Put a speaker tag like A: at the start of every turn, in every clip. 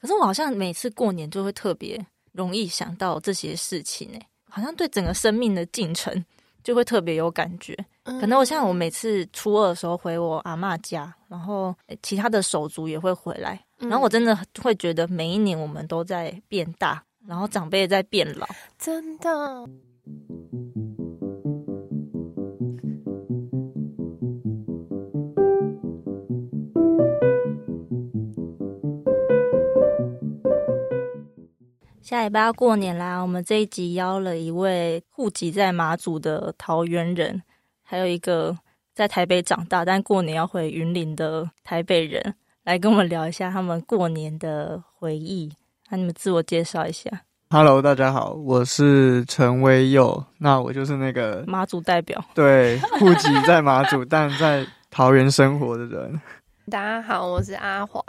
A: 可是我好像每次过年就会特别容易想到这些事情、欸，好像对整个生命的进程就会特别有感觉。可能我像我每次初二的时候回我阿嬷家，然后呃其他的手足也会回来，
B: 嗯
A: 然后我真的会觉得每一年我们都在变大，然后长辈在变老。
B: 真的，
A: 下礼拜要过年啦，我们这一集邀了一位户籍在马祖的桃园人，还有一个在台北长大但过年要回云林的台北人，来跟我们聊一下他们过年的回忆。那你们自我介绍一 下，
C: Hello，大家好，我是陈威佑，那我就是那个
A: 马祖代表。
C: 对户籍在马祖但在桃园生活的人。
B: 大家好，我是阿华。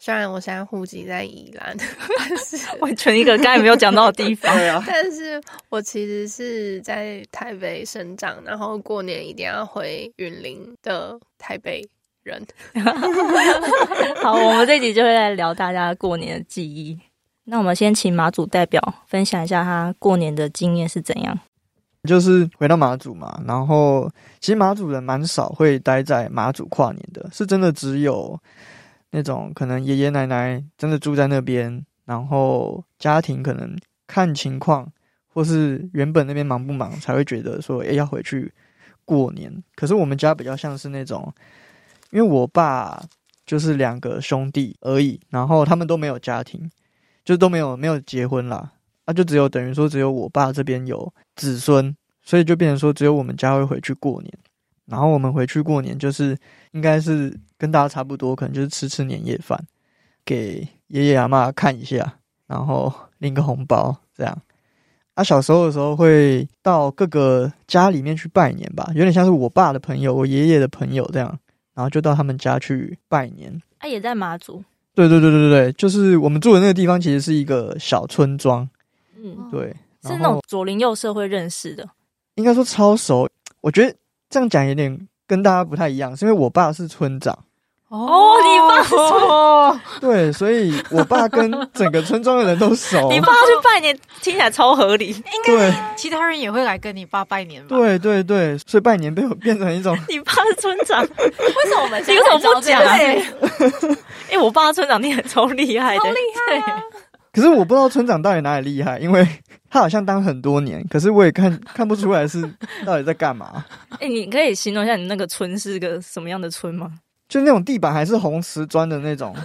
B: 虽然我现在户籍在宜兰， 但是
A: 完全一个刚才没有讲到的地方。
C: 对啊，
B: 但是我其实是在台北生长，然后过年一定要回云林的台北人。
A: 好，我们这集就会来聊大家过年的记忆。那我们先请马祖代表分享一下他过年的经验是怎样。
C: 就是回到马祖嘛，然后其实马祖人蛮少会待在马祖跨年的，是真的只有那种可能爷爷奶奶真的住在那边，然后家庭可能看情况，或是原本那边忙不忙才会觉得说、诶要回去过年。可是我们家比较像是那种，因为我爸就是两个兄弟而已，然后他们都没有家庭，就都没有没有结婚啦，啊，就只有等于说只有我爸这边有子孙，所以就变成说只有我们家会回去过年。然后我们回去过年就是应该是跟大家差不多，可能就是吃吃年夜饭，给爷爷阿嬷看一下，然后领个红包这样。啊，小时候的时候会到各个家里面去拜年吧，有点像是我爸的朋友、我爷爷的朋友这样，然后就到他们家去拜年。
A: 他、啊也在马祖，
C: 对对对对对对，就是我们住的那个地方其实是一个小村庄，
A: 嗯，
C: 对，
A: 是
C: 然
A: 那种
C: 后
A: 左邻右舍会认识的。
C: 应该说超熟。我觉得这样讲有点跟大家不太一样，是因为我爸是村长，
A: 哦你 爸是
B: 哦，
C: 对，所以我爸跟整个村庄的人都熟。
A: 你爸去拜年听起来超合理，
C: 对
D: 其他人也会来跟你爸拜年吧？，
C: 对对对，所以拜年被我变成一种
A: 你爸是村长，
D: 为什么我们
A: 你为什么不讲？
C: 啊
D: 对
A: 哎、我爸村长你很超厉害的，
D: 超厉
A: 害、啊
C: 可是我不知道村长到底哪里厉害，因为他好像当很多年，可是我也看看不出来是到底在干嘛。
A: 哎、你可以形容一下你那个村是个什么样的村吗？
C: 就那种地板还是红瓷砖的那种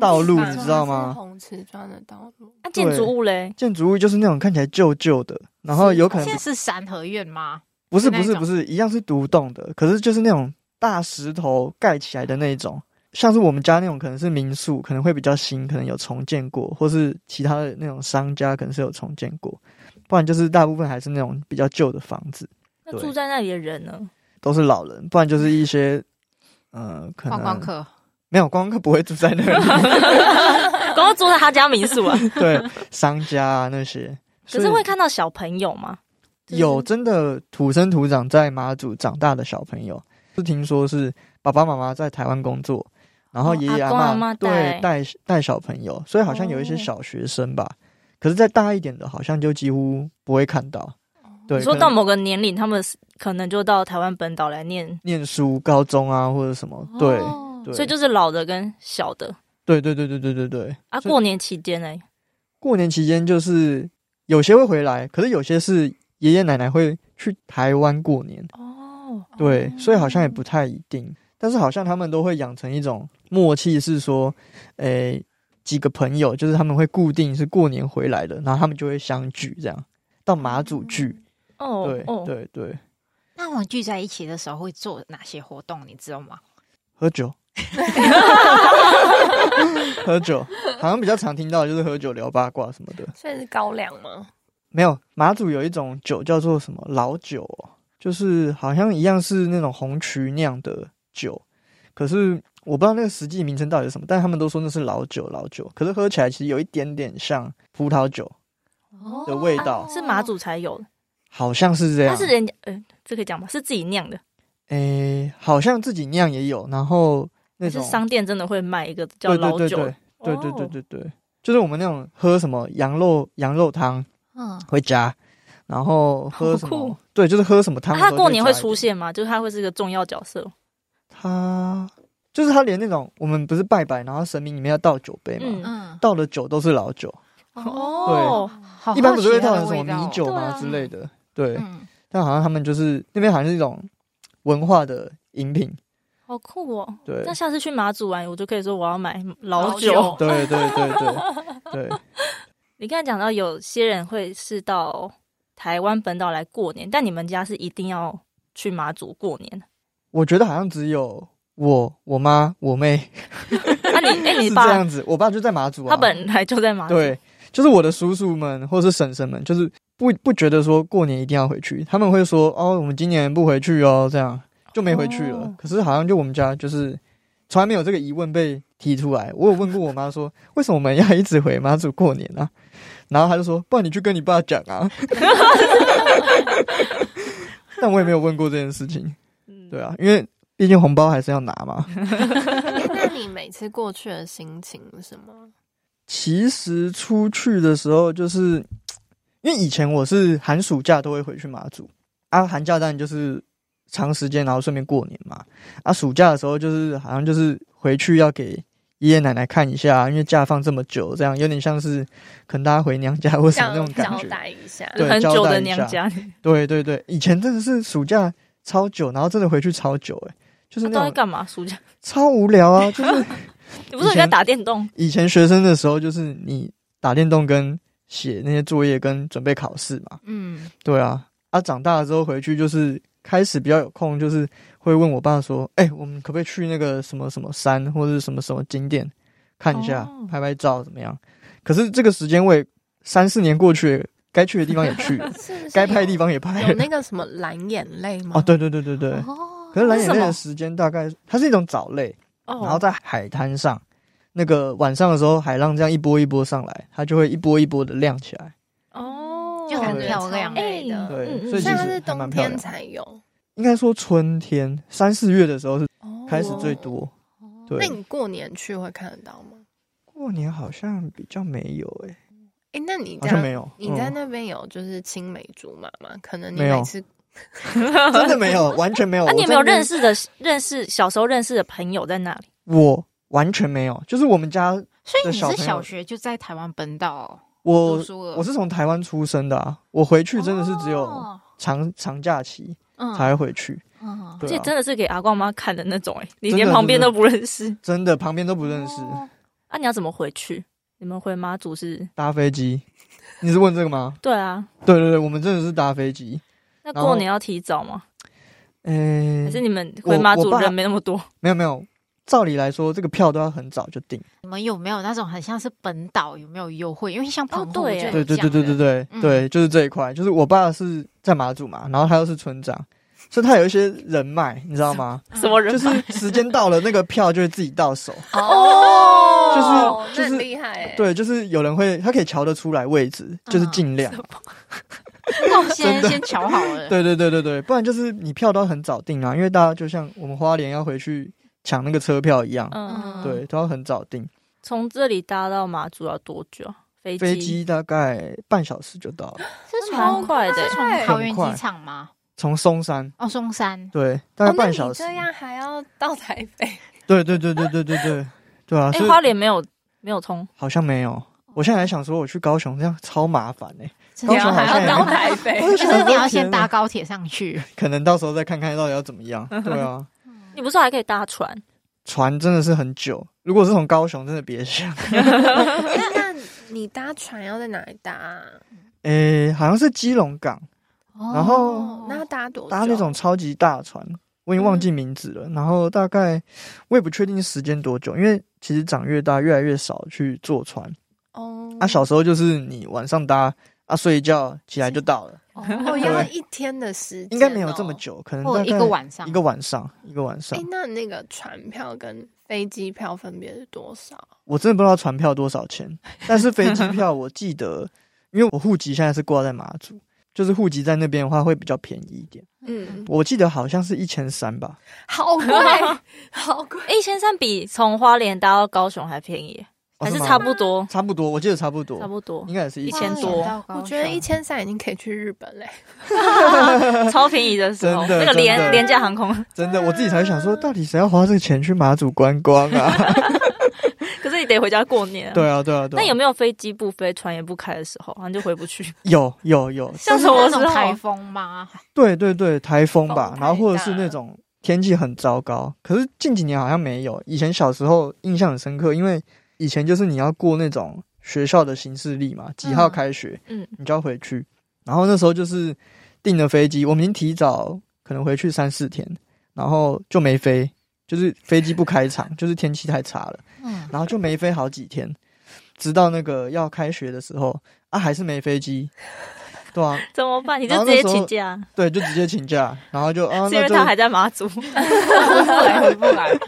C: 道路，你知道吗？
B: 红瓷砖的道路，
A: 那、建筑
C: 对
A: 物嘞？
C: 建筑物就是那种看起来旧旧的，然后有可能
D: 现在是三合院吗？
C: 不是
D: 是那
C: 不是
D: 种
C: 不是一样是独栋的，可是就是那种大石头盖起来的那种，像是我们家那种可能是民宿，可能会比较新，可能有重建过，或是其他的那种商家可能是有重建过，不然就是大部分还是那种比较旧的房子，
A: 那
C: 对
A: 住在那里的人呢？
C: 都是老人，不然就是一些呃可能
D: 观光客，
C: 没有观光客不会住在那里，
A: 刚刚住在他家民宿啊，
C: 对商家啊那些，
A: 可是
C: 所以
A: 会看到小朋友吗？就是
C: 有真的土生土长在马祖长大的小朋友，是听说是爸爸妈妈在台湾工作，然后
A: 哦
C: 爷爷
A: 阿公阿
C: 嬷
A: 嬷带哦
C: 对带带小朋友，所以好像有一些小学生吧。可是再大一点的，好像就几乎不会看到。
B: 哦
C: 对，
A: 你说
C: 可能
A: 到某个年龄，他们是可能就到台湾本岛来念，
C: 念书、高中啊，或者什么，对，
D: 哦
C: 对，
A: 哦所以就是老的跟小的
C: 对对对对对对对。
A: 啊。
C: 所以
A: 过年期间呢，
C: 过年期间就是有些会回来，可是有些是爷爷奶奶会去台湾过年。
A: 哦，
C: 对，所以好像也不太一定，但是好像他们都会养成一种默契，是说，诶、几个朋友，就是他们会固定是过年回来的，然后他们就会相聚，这样到马祖聚。
A: 哦，
C: 对
A: 哦，
C: 对对，
D: 那我们聚在一起的时候会做哪些活动？你知道吗？
C: 喝酒，喝酒，好像比较常听到的就是喝酒聊八卦什么的。
B: 所以是高粱吗？
C: 没有，马祖有一种酒叫做什么老酒、哦，就是好像一样是那种红曲酿的酒，可是我不知道那个实际名称到底是什么，但他们都说那是老酒，老酒。可是喝起来其实有一点点像葡萄酒的味道，
A: 啊是马祖才有的，
C: 好像是这
A: 他
C: 样
A: 是。人家，呃，这可以讲吗？是自己酿的，
C: 诶，好像自己酿也有，然后那
A: 是
C: 种
A: 商店真的会卖一个叫
C: 对对
A: 老
C: 对
A: 酒
C: 对对对对
A: 哦，
C: 对对，就是我们那种喝什么羊肉羊肉汤
D: 嗯，
C: 会加，然后喝
A: 好
C: 什
A: 酷
C: 么对，就是喝什么汤。
A: 那他过年会出，现吗？就是他会是个重要角色吗，
C: 他就是他连那种我们不是拜拜，然后神明里面要倒酒杯嘛，
A: 嗯
D: 嗯，
C: 倒的酒都是老酒，
A: 哦，
D: 好好
C: 一般不是会
D: 奇它
C: 倒
D: 的
C: 成什么
D: 味道
C: 米酒嘛
A: 对啊
C: 之类的，对。
D: 嗯，
C: 但好像他们就是那边好像是一种文化的饮品，
A: 好酷哦！
C: 对
A: 那下次去马祖玩，我就可以说我要买老
D: 老
A: 酒
D: 酒。
C: 对对对 对对，
A: 你刚才讲到有些人会是到台湾本岛来过年，但你们家是一定要去马祖过 年。
C: 我觉得好像只有我、我妈、我妹
A: 那、你哎、你
C: 是这
A: 爸
C: 样子，我爸就在马祖啊，
A: 他本来就在马祖，
C: 对，就是我的叔叔们或是婶婶们，就是不不觉得说过年一定要回去，他们会说哦，我们今年不回去哦，这样就没回去了。
A: 哦
C: 可是好像就我们家就是从来没有这个疑问被提出来。我有问过我妈说，为什么我们要一直回妈祖过年啊？然后她就说，不然你去跟你爸讲 啊。但我也没有问过这件事情，
A: 嗯
C: 对啊，因为毕竟红包还是要拿嘛。
B: 诶那你每次过去的心情是什么？
C: 其实出去的时候，就是因为以前我是寒暑假都会回去马祖啊，寒假当然就是长时间，然后顺便过年嘛。啊，暑假的时候就是好像就是回去要给爷爷奶奶看一下，因为假放这么久，这样有点像是可能大家回娘家或什
B: 想
C: 么那种 感
B: 交
C: 觉。
B: 代一下，，
C: 对
A: 很
C: 交
A: 久
C: 代
A: 的
C: 一
A: 娘
C: 下
A: 家，
C: 对对对，以前真的是暑假超久，然后真的回去超久、欸，就是
A: 他
C: 那
A: 到底
C: 种
A: 干嘛？暑假
C: 超无聊啊，就是。
A: 你不是
C: 以
A: 人家
C: 前
A: 打电动？
C: 以前学生的时候，就是你打电动跟写那些作业跟准备考试嘛。
D: 嗯，
C: 对啊，啊，长大了之后回去就是开始比较有空，就是会问我爸说：“哎、我们可不可以去那个什么什么山或者是什么什么景点看一下，
A: 哦
C: 拍拍照怎么样？”可是这个时间我也三四年过去了，该去的地方也去了
B: 是
C: 该拍的地
B: 方
C: 方也拍
B: 有
C: 了。
B: 那个什么蓝眼泪吗？
C: 哦，，对对对对对。
D: 哦，
C: 可是蓝
A: 那是
C: 眼
A: 什
C: 泪的
A: 么
C: 时间大概，它是一种藻类，
A: 哦，
C: 然后在海滩上，那个晚上的时候，海浪这样一波一波上来，它就会一波一波的亮起来。
A: 哦，
D: 就很
C: 对
D: 漂亮
B: 哎
A: 哎、
B: 的
C: 对
A: 嗯嗯
C: 所以
B: 所以它
C: 其实
B: 是
C: 还
B: 冬
C: 蛮漂
B: 天
C: 亮
B: 才有，
C: 应该说春天三四月的时候是
B: 哦
C: 开始最。多。对
B: 那你过年去会看得到吗？
C: 过年好像比较没有诶、
B: 哎，那你
C: 好
B: 这
C: 像
B: 样
C: 没有。
B: 你在
C: 嗯、
B: 那边有就是青梅竹马吗？可能你
C: 没有
B: 每次
C: 真的没有， 完全没有。
A: 啊那、你有没有
C: 我在那
A: 认识的认识小时候认识的朋友在那里？
C: 我完全没有，就是我们家
D: 所以
C: 的
D: 你
C: 小
D: 是
C: 朋
D: 小
C: 友
D: 学就在台湾本岛
C: 我
D: 读书了，
C: 我是从台湾出生的啊，我回去真的是只有
D: 哦
C: 长、长假期
D: 嗯
C: 才会回去。
D: 嗯，
A: 而
C: 对
A: 且
C: 啊，
A: 真的是给阿光妈看的那种、哎，你
C: 真的
A: 连旁边
C: 真的
A: 都不认识
C: 真的旁边都不认识，
D: 哦
A: 啊！你要怎么回去？你们回妈祖是？
C: 搭飞机。你是问这个吗？
A: 对啊，
C: 对对对，我们真的是搭飞机。
A: 那
C: 然后
A: 过年要提早吗？
C: 诶、
A: 还是你们
C: 我
A: 回妈
C: 我
A: 祖
C: 爸
A: 人没那么多？
C: 没有没有，照理来说，这个票都要很早就订。
D: 你们有没有那种很像是本岛有没有优惠？因为像澎湖就
A: 对耶
D: 有
C: 对对对对对
D: 对，
C: 对、
D: 嗯
C: 对，就是这一块。就是我爸是在马祖嘛，然后他又是村长，所以他有一些人脉，你知道吗？
A: 什么人
C: 就
A: 吧？
C: 是时间到了，那个票就会自己到手。
B: 哦
C: 就是就是
B: 那很厉害哎，
C: 对，就是有人会，他可以瞧得出来位置，就是
D: 嗯
C: 尽量。
D: 那我先
C: 真的
D: 先瞧好了，
C: 对对对对对，不然就是你票都要很早订啊，因为大家就像我们花莲要回去抢那个车票一样，
A: 嗯，
C: 对，都要很早订。
A: 从这里搭到马祖要多久啊？飞
C: 飞
A: 机
C: 机大概半小时就到了，
D: 是
A: 蛮
D: 从
A: 快的
D: 是
A: 欸，
D: 从桃
C: 很
D: 园
C: 快
D: 机场吗？
C: 从松山
D: 哦，松山，
C: 对，大
B: 哦那
C: 概半
B: 你
C: 小时。
B: 这样还要到台 北，
C: 对对对对对对对对啊！
A: 哎、
C: 所以
A: 花莲没有没有通，
C: 好像没有。我现在还想说，我去高雄这样超麻烦呢、
D: 真
C: 高
D: 的
C: 雄
D: 吗
C: 好
B: 还
C: 像
B: 要
C: 也
B: 到台北，
C: 我就
D: 可
C: 想
D: 是
C: 说
D: 你要
C: 天啊
D: 先
C: 哪
D: 搭高铁上去，
C: 可能到时候再看看到底要怎么样。对啊，
A: 你不是还可以搭船？
C: 船真的是很久。如果是从高雄，真的别想。
B: 那 那你搭船要在哪里搭啊？
C: 诶、好像是基隆港 然后
D: 哦
B: 那要搭多久？哦
C: 搭那种超级大船，我已经忘记名字了。然后大概我也不确定时间多久，因为其实长越大越来越少去坐船。
B: 哦，
C: 啊，小时候就是你晚上搭啊，睡一觉起来就到了，
B: 哦要一天的时间，哦
C: 应该没有这么。久，可能
D: 或
A: 哦
C: 大概
D: 一个晚上
C: 一，个晚上，一个晚上
B: 哎，。那那个船票跟飞机票分别是多少？
C: 我真的不知道船票多少钱，但是飞机票我记得，因为我户籍现在是挂在马祖，就是户籍在那边的话会比较便宜一点。
B: 嗯，
C: 我记得好像是一千三吧，
B: 好贵，好贵。
A: 哎一千三比从花莲搭到高雄还便宜，
C: 哦
A: 还是
C: 吗
A: 差不多，
C: 差不多，我记得差不多，
A: 差不多
C: 应，该也是一
A: 一千
D: 哇
A: 多
D: 远到高
B: 我觉得
D: 雄
B: 一千三已经可以去日本嘞、
A: 超便宜的时候，
C: 真的
A: 那个
C: 真
A: 廉
C: 的
A: 廉价航空，
C: 真的，我自己才想说，
A: 啊
C: 到底谁要花这个钱去马祖观光啊？
A: 可是你得回家过年、啊。
C: 对啊，对啊，对啊。
A: 那有没有飞机不飞、船也不开的时候，然后就回不 去？
C: 有有有，
A: 像
D: 是
A: 什么
D: 那
A: 时
D: 种台
A: 候？
D: 风吗？
C: 对对对，台风吧，
B: 风
C: 然后或者
B: 太
C: 是
B: 大
C: 那种天气很糟糕。可是近几年好像没有，以前小时候印象很深刻，因为以前就是你要过那种学校的行事历嘛，几号
D: 嗯
C: 开学，
A: 嗯，
C: 你就要回去。然后那时候就是订了飞机，我们已经提早可能回去三四天，然后就没飞，就是飞机不开场，就是天气太差了。
D: 嗯，
C: 然后就没飞好几天，直到那个要开学的时候啊，还是没飞机。 对啊，
A: 怎么办？你就
C: 然后
A: 直
C: 那
A: 接
C: 时候
A: 请假，
C: 对，就直接请假，然后就啊，
A: 是因
C: 那
A: 为
C: 就
A: 他还在马 祖。
D: 回不来，回不来。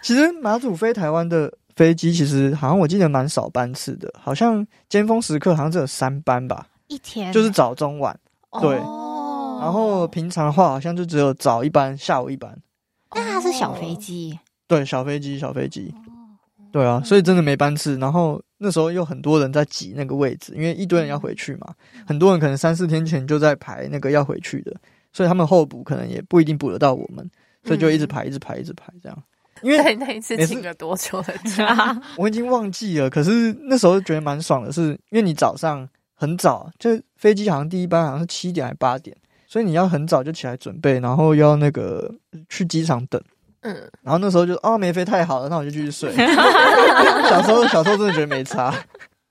C: 其实马祖飞台湾的飞机，其实好像我记得蛮少班次的，好像尖峰时刻好像只有三班吧，
D: 一天
C: 就是早中晚，对
D: 哦
C: 然后平常的话好像就只有早一班，下午一班。
D: 但它是小飞机，
C: 对，小飞机，小飞机。
D: 哦
C: 对啊，所以真的没班次。然后那时候又很多人在挤那个位置，因为一堆人要回去嘛，
D: 嗯
C: 很多人可能三四天前就在排那个要回去的，所以他们候补可能也不一定补得到我们，所以就
D: 嗯
C: 一直排，一直排，一直排这样。因 为
B: 对，那一次
C: 每次
B: 请了多久 的假？
C: 我已经忘记了，可是那时候觉得蛮爽的是，因为你早上很早，就飞机好像第一班好像是七点还八点，所以你要很早就起来准备，然后要那个去机场等。
B: 嗯，
C: 然后那时候就哦没飞太好了，那我就继续睡。小时候小时候真的觉得没差，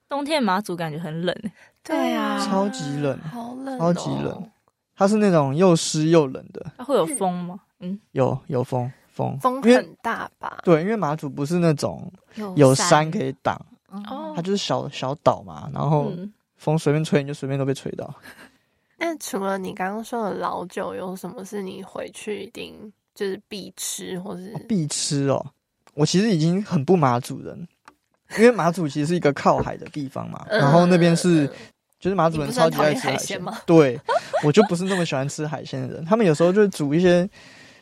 A: 冬天马祖感觉很冷，欸
B: 哎
D: 对啊
C: 超级冷
B: 好冷、哦
C: 超级冷，它是那种又湿又冷的，
A: 它会有风吗？嗯，
C: 有有风风
B: 风
C: 因为
B: 很大吧？
C: 对，因为马祖不是那种有山可以挡，
D: 嗯
A: 哦
C: 它就是小小岛嘛，然后
A: 嗯，
C: 风随便吹你就随便都被吹到。
B: 那除了你刚刚说的老酒，有什么是你回去一定就是必吃，或是
C: 必吃哦，我其实已经很不马祖人，因为马祖其实是一个靠海的地方嘛，
B: 嗯
C: 然后那边是就是马祖人超级爱吃
B: 你不是很讨厌海
C: 鲜
B: 鲜吗
C: 对，我就不是那么喜欢吃海鲜的人。他们有时候就煮一些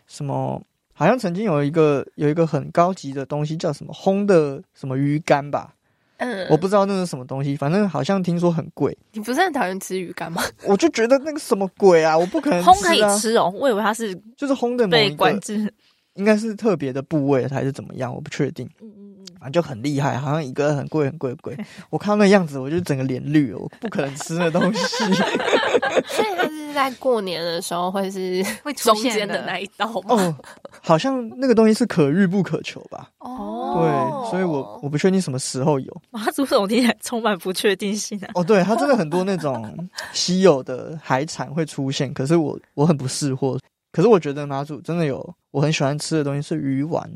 C: 什么，好像曾经有一个有一个很高级的东西叫什么烘的什么鱼干吧，
B: 嗯，
C: 我不知道那是什么东西，反正好像听说很贵，
B: 你不是很讨厌吃鱼干吗？
C: 我就觉得那个什么鬼啊，我不可能
A: 烘可以
C: 吃啊，
A: 吃哦，我以为它是
C: 就是烘的某
A: 被
C: 一
A: 管
C: 个
A: 制。
C: 应该是特别的部位还是怎么样，我不确定。
A: 嗯嗯嗯，
C: 反正就很厉害，好像一个很贵很贵很贵。我看到那样子，我就整个脸绿了，我不可能吃那东西。
B: 所以它是在过年的时候会是
D: 会出
B: 中
D: 现
B: 间的那一道吗？
C: 哦，好像那个东西是可遇不可求吧？对，
B: 哦
C: 所以我我不确定什么时候有。
A: 马祖怎么听起来充满不确定性啊？
C: 哦，对，它真的很多那种稀有的海产会出现，可是我我很不识货。可是我觉得马祖真的有我很喜欢吃的东西是鱼丸，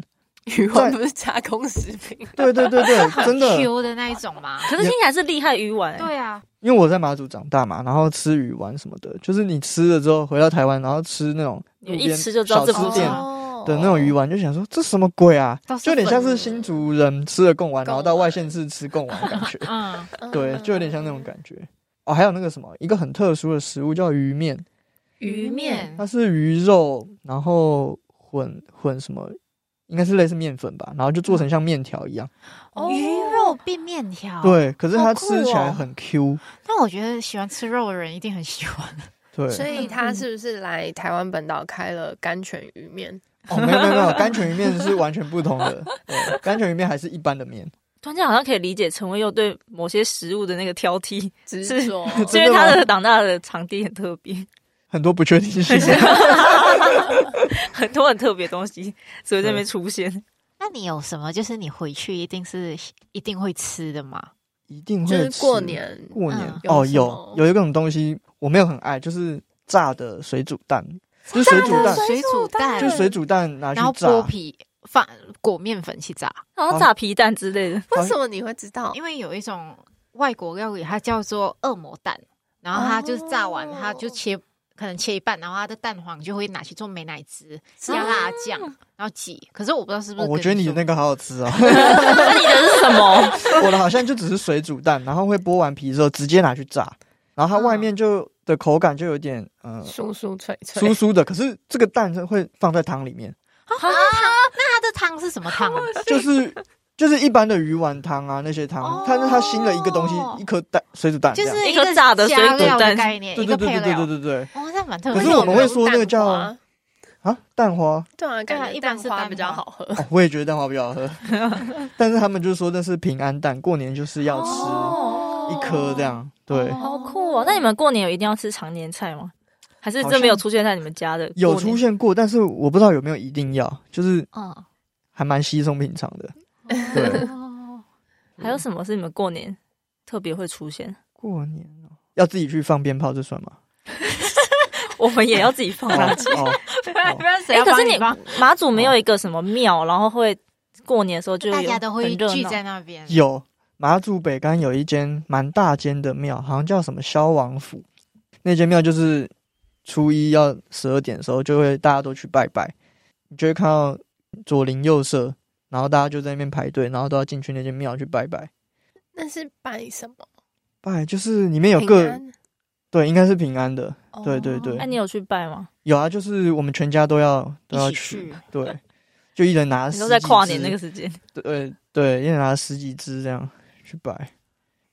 B: 鱼丸不是加工食品，
C: 对对对对，真的，
D: Q 的那一种吗？
A: 可是听起来是厉害鱼丸欸，
D: 对啊，
C: 因为我在马祖长大嘛，然后吃鱼丸什么的，就是你吃了之后回到台湾，然后吃那种
A: 你
C: 路
A: 一
C: 边
A: 吃就知道这
C: 小
A: 不是
C: 吃
A: 哦
C: 店的那
B: 哦
C: 种鱼丸，就想说这什么鬼啊？
D: 都是
C: 就有点像是
D: 粉，
C: 新竹人吃了贡丸，
B: 贡丸
C: 然后到外县市吃贡丸的感觉
D: 嗯，
B: 嗯
C: 对，就有点像那种感觉。哦，还有那个什么，一个很特殊的食物叫鱼面，
A: 鱼面
C: 它是鱼肉，然后混混什么，应该是类似面粉吧，然后就做成像面条一样。
A: 哦
D: 鱼肉变面
B: 嗯
D: 条。，
C: 对，可是它
A: 好酷
C: 吃起来
A: 哦
C: 很 Q，
D: 但我觉得喜欢吃肉的人一定很喜欢。
C: 对。
B: 所以他是不是来台湾本岛开了甘泉鱼面？
C: 哦，没有没有没有，甘泉鱼面是完全不同 的，对，甘泉鱼面还是一般的面。
A: 突然间好像可以理解陈威佑对某些食物的那个挑剔，
C: 哦
B: 执
A: 是
B: 着，
A: 是因为他的长大的场地很特别，
C: 很多不确 定性。
A: 很多很特别的东西，所以在那边出现。
D: 那你有什么就是你回去一定是一定会吃的吗？
C: 一定
B: 就
C: 会
B: 是
C: 吃
B: 过年
C: 过年、
D: 嗯
B: 有
C: 哦，
B: 什
C: 有
B: 么
C: 有一种东西我没有很爱，就是炸的水煮蛋，就是水煮蛋，
D: 水煮蛋，
C: 就是水煮蛋拿去
D: 然后
C: 炸
D: 剥，皮放裹面粉去炸，
A: 好像炸皮蛋之类 的，
C: 哦
B: 为什么你会知道？
D: 因为有一种外国料理，它叫做恶魔蛋，然后它就是炸完，
B: 哦
D: 它就切，可能切一半，然后它的蛋黄就会拿去做美乃滋、
B: 是
A: 啊
D: 加辣酱，然后挤。可是我不知道是不
C: 哦
D: 是、
C: 我觉得你的那个好好吃啊！
A: 那你的是什么？
C: 我的好像就只是水煮蛋，然后会剥完皮之后直接拿去炸，然后它外面就、的口感就有点呃
B: 酥酥脆脆，
C: 酥酥的，可是这个 蛋是会放在汤里面，
D: 它的汤是什么汤啊？
C: 就是就是一般的鱼丸汤啊那些汤
D: 哦，
C: 它是它新的一个东西，一颗蛋水煮蛋这
D: 就
C: 样，
D: 是
A: 一个炸的水
D: 加
A: 煮
D: 料
A: 蛋
D: 的概念，
C: 对
D: 一
C: 对
D: 个
C: 对
D: 配
C: 对对
D: 料
C: 对。对对
D: 哦，那蛮特
C: 可
D: 别的。
C: 是我们会说
B: 有
C: 那个叫
B: 蛋花
C: 啊蛋花，
B: 对啊，
D: 对啊
B: 感觉
D: 一般
B: 蛋
D: 是
B: 花
D: 蛋
B: 比较
D: 花
B: 好喝。
C: 哦我也觉得蛋花比较好喝， 但是他们就说那是平安蛋，过年就是要吃
A: 哦
C: 一颗这样，对。
A: 好酷哦！那你们过年有一定要吃常年菜吗？还是
C: 好
A: 这
C: 像
A: 没有出现在你们家的？
C: 有出，现过，但是我不知道有没有一定要，就是
A: 嗯，
C: 还蛮稀松平常的。对，
D: 哦
A: 还有什么是你们过年特别会出现？
C: 过年哦要自己去放鞭炮，这算吗？
A: 我们也要自己放
C: 哦
A: 垃圾。
C: 哦，
D: 不然谁
A: 哎、
D: 要
A: 可
D: 帮
A: 是 你
D: 帮
A: 马祖没有一个什么庙，然后会过年的时候就有
D: 大家都会
A: 很热闹
D: 聚在那边。
A: 嗯
C: 有马祖北干有一间蛮大间的庙，好像叫什么消王府。那间庙就是初一要十二点的时候，就会大家都去拜拜，你就会看到左邻右舍，然后大家就在那边排队，然后都要进去那间庙去拜拜。
B: 那是拜什么？
C: 拜就是里面有
B: 平
C: 个
B: 安哦
C: 对，应该是平安的，呃对对对
A: 那、哎你有去拜吗？
C: 有啊，就是我们全家都要都要
D: 一起去
C: 对， 就一人拿
A: 你
C: 十
A: 都在跨
C: 几
A: 年
C: 只
A: 那个时间。
C: 对对，一人拿十几只这样去摆。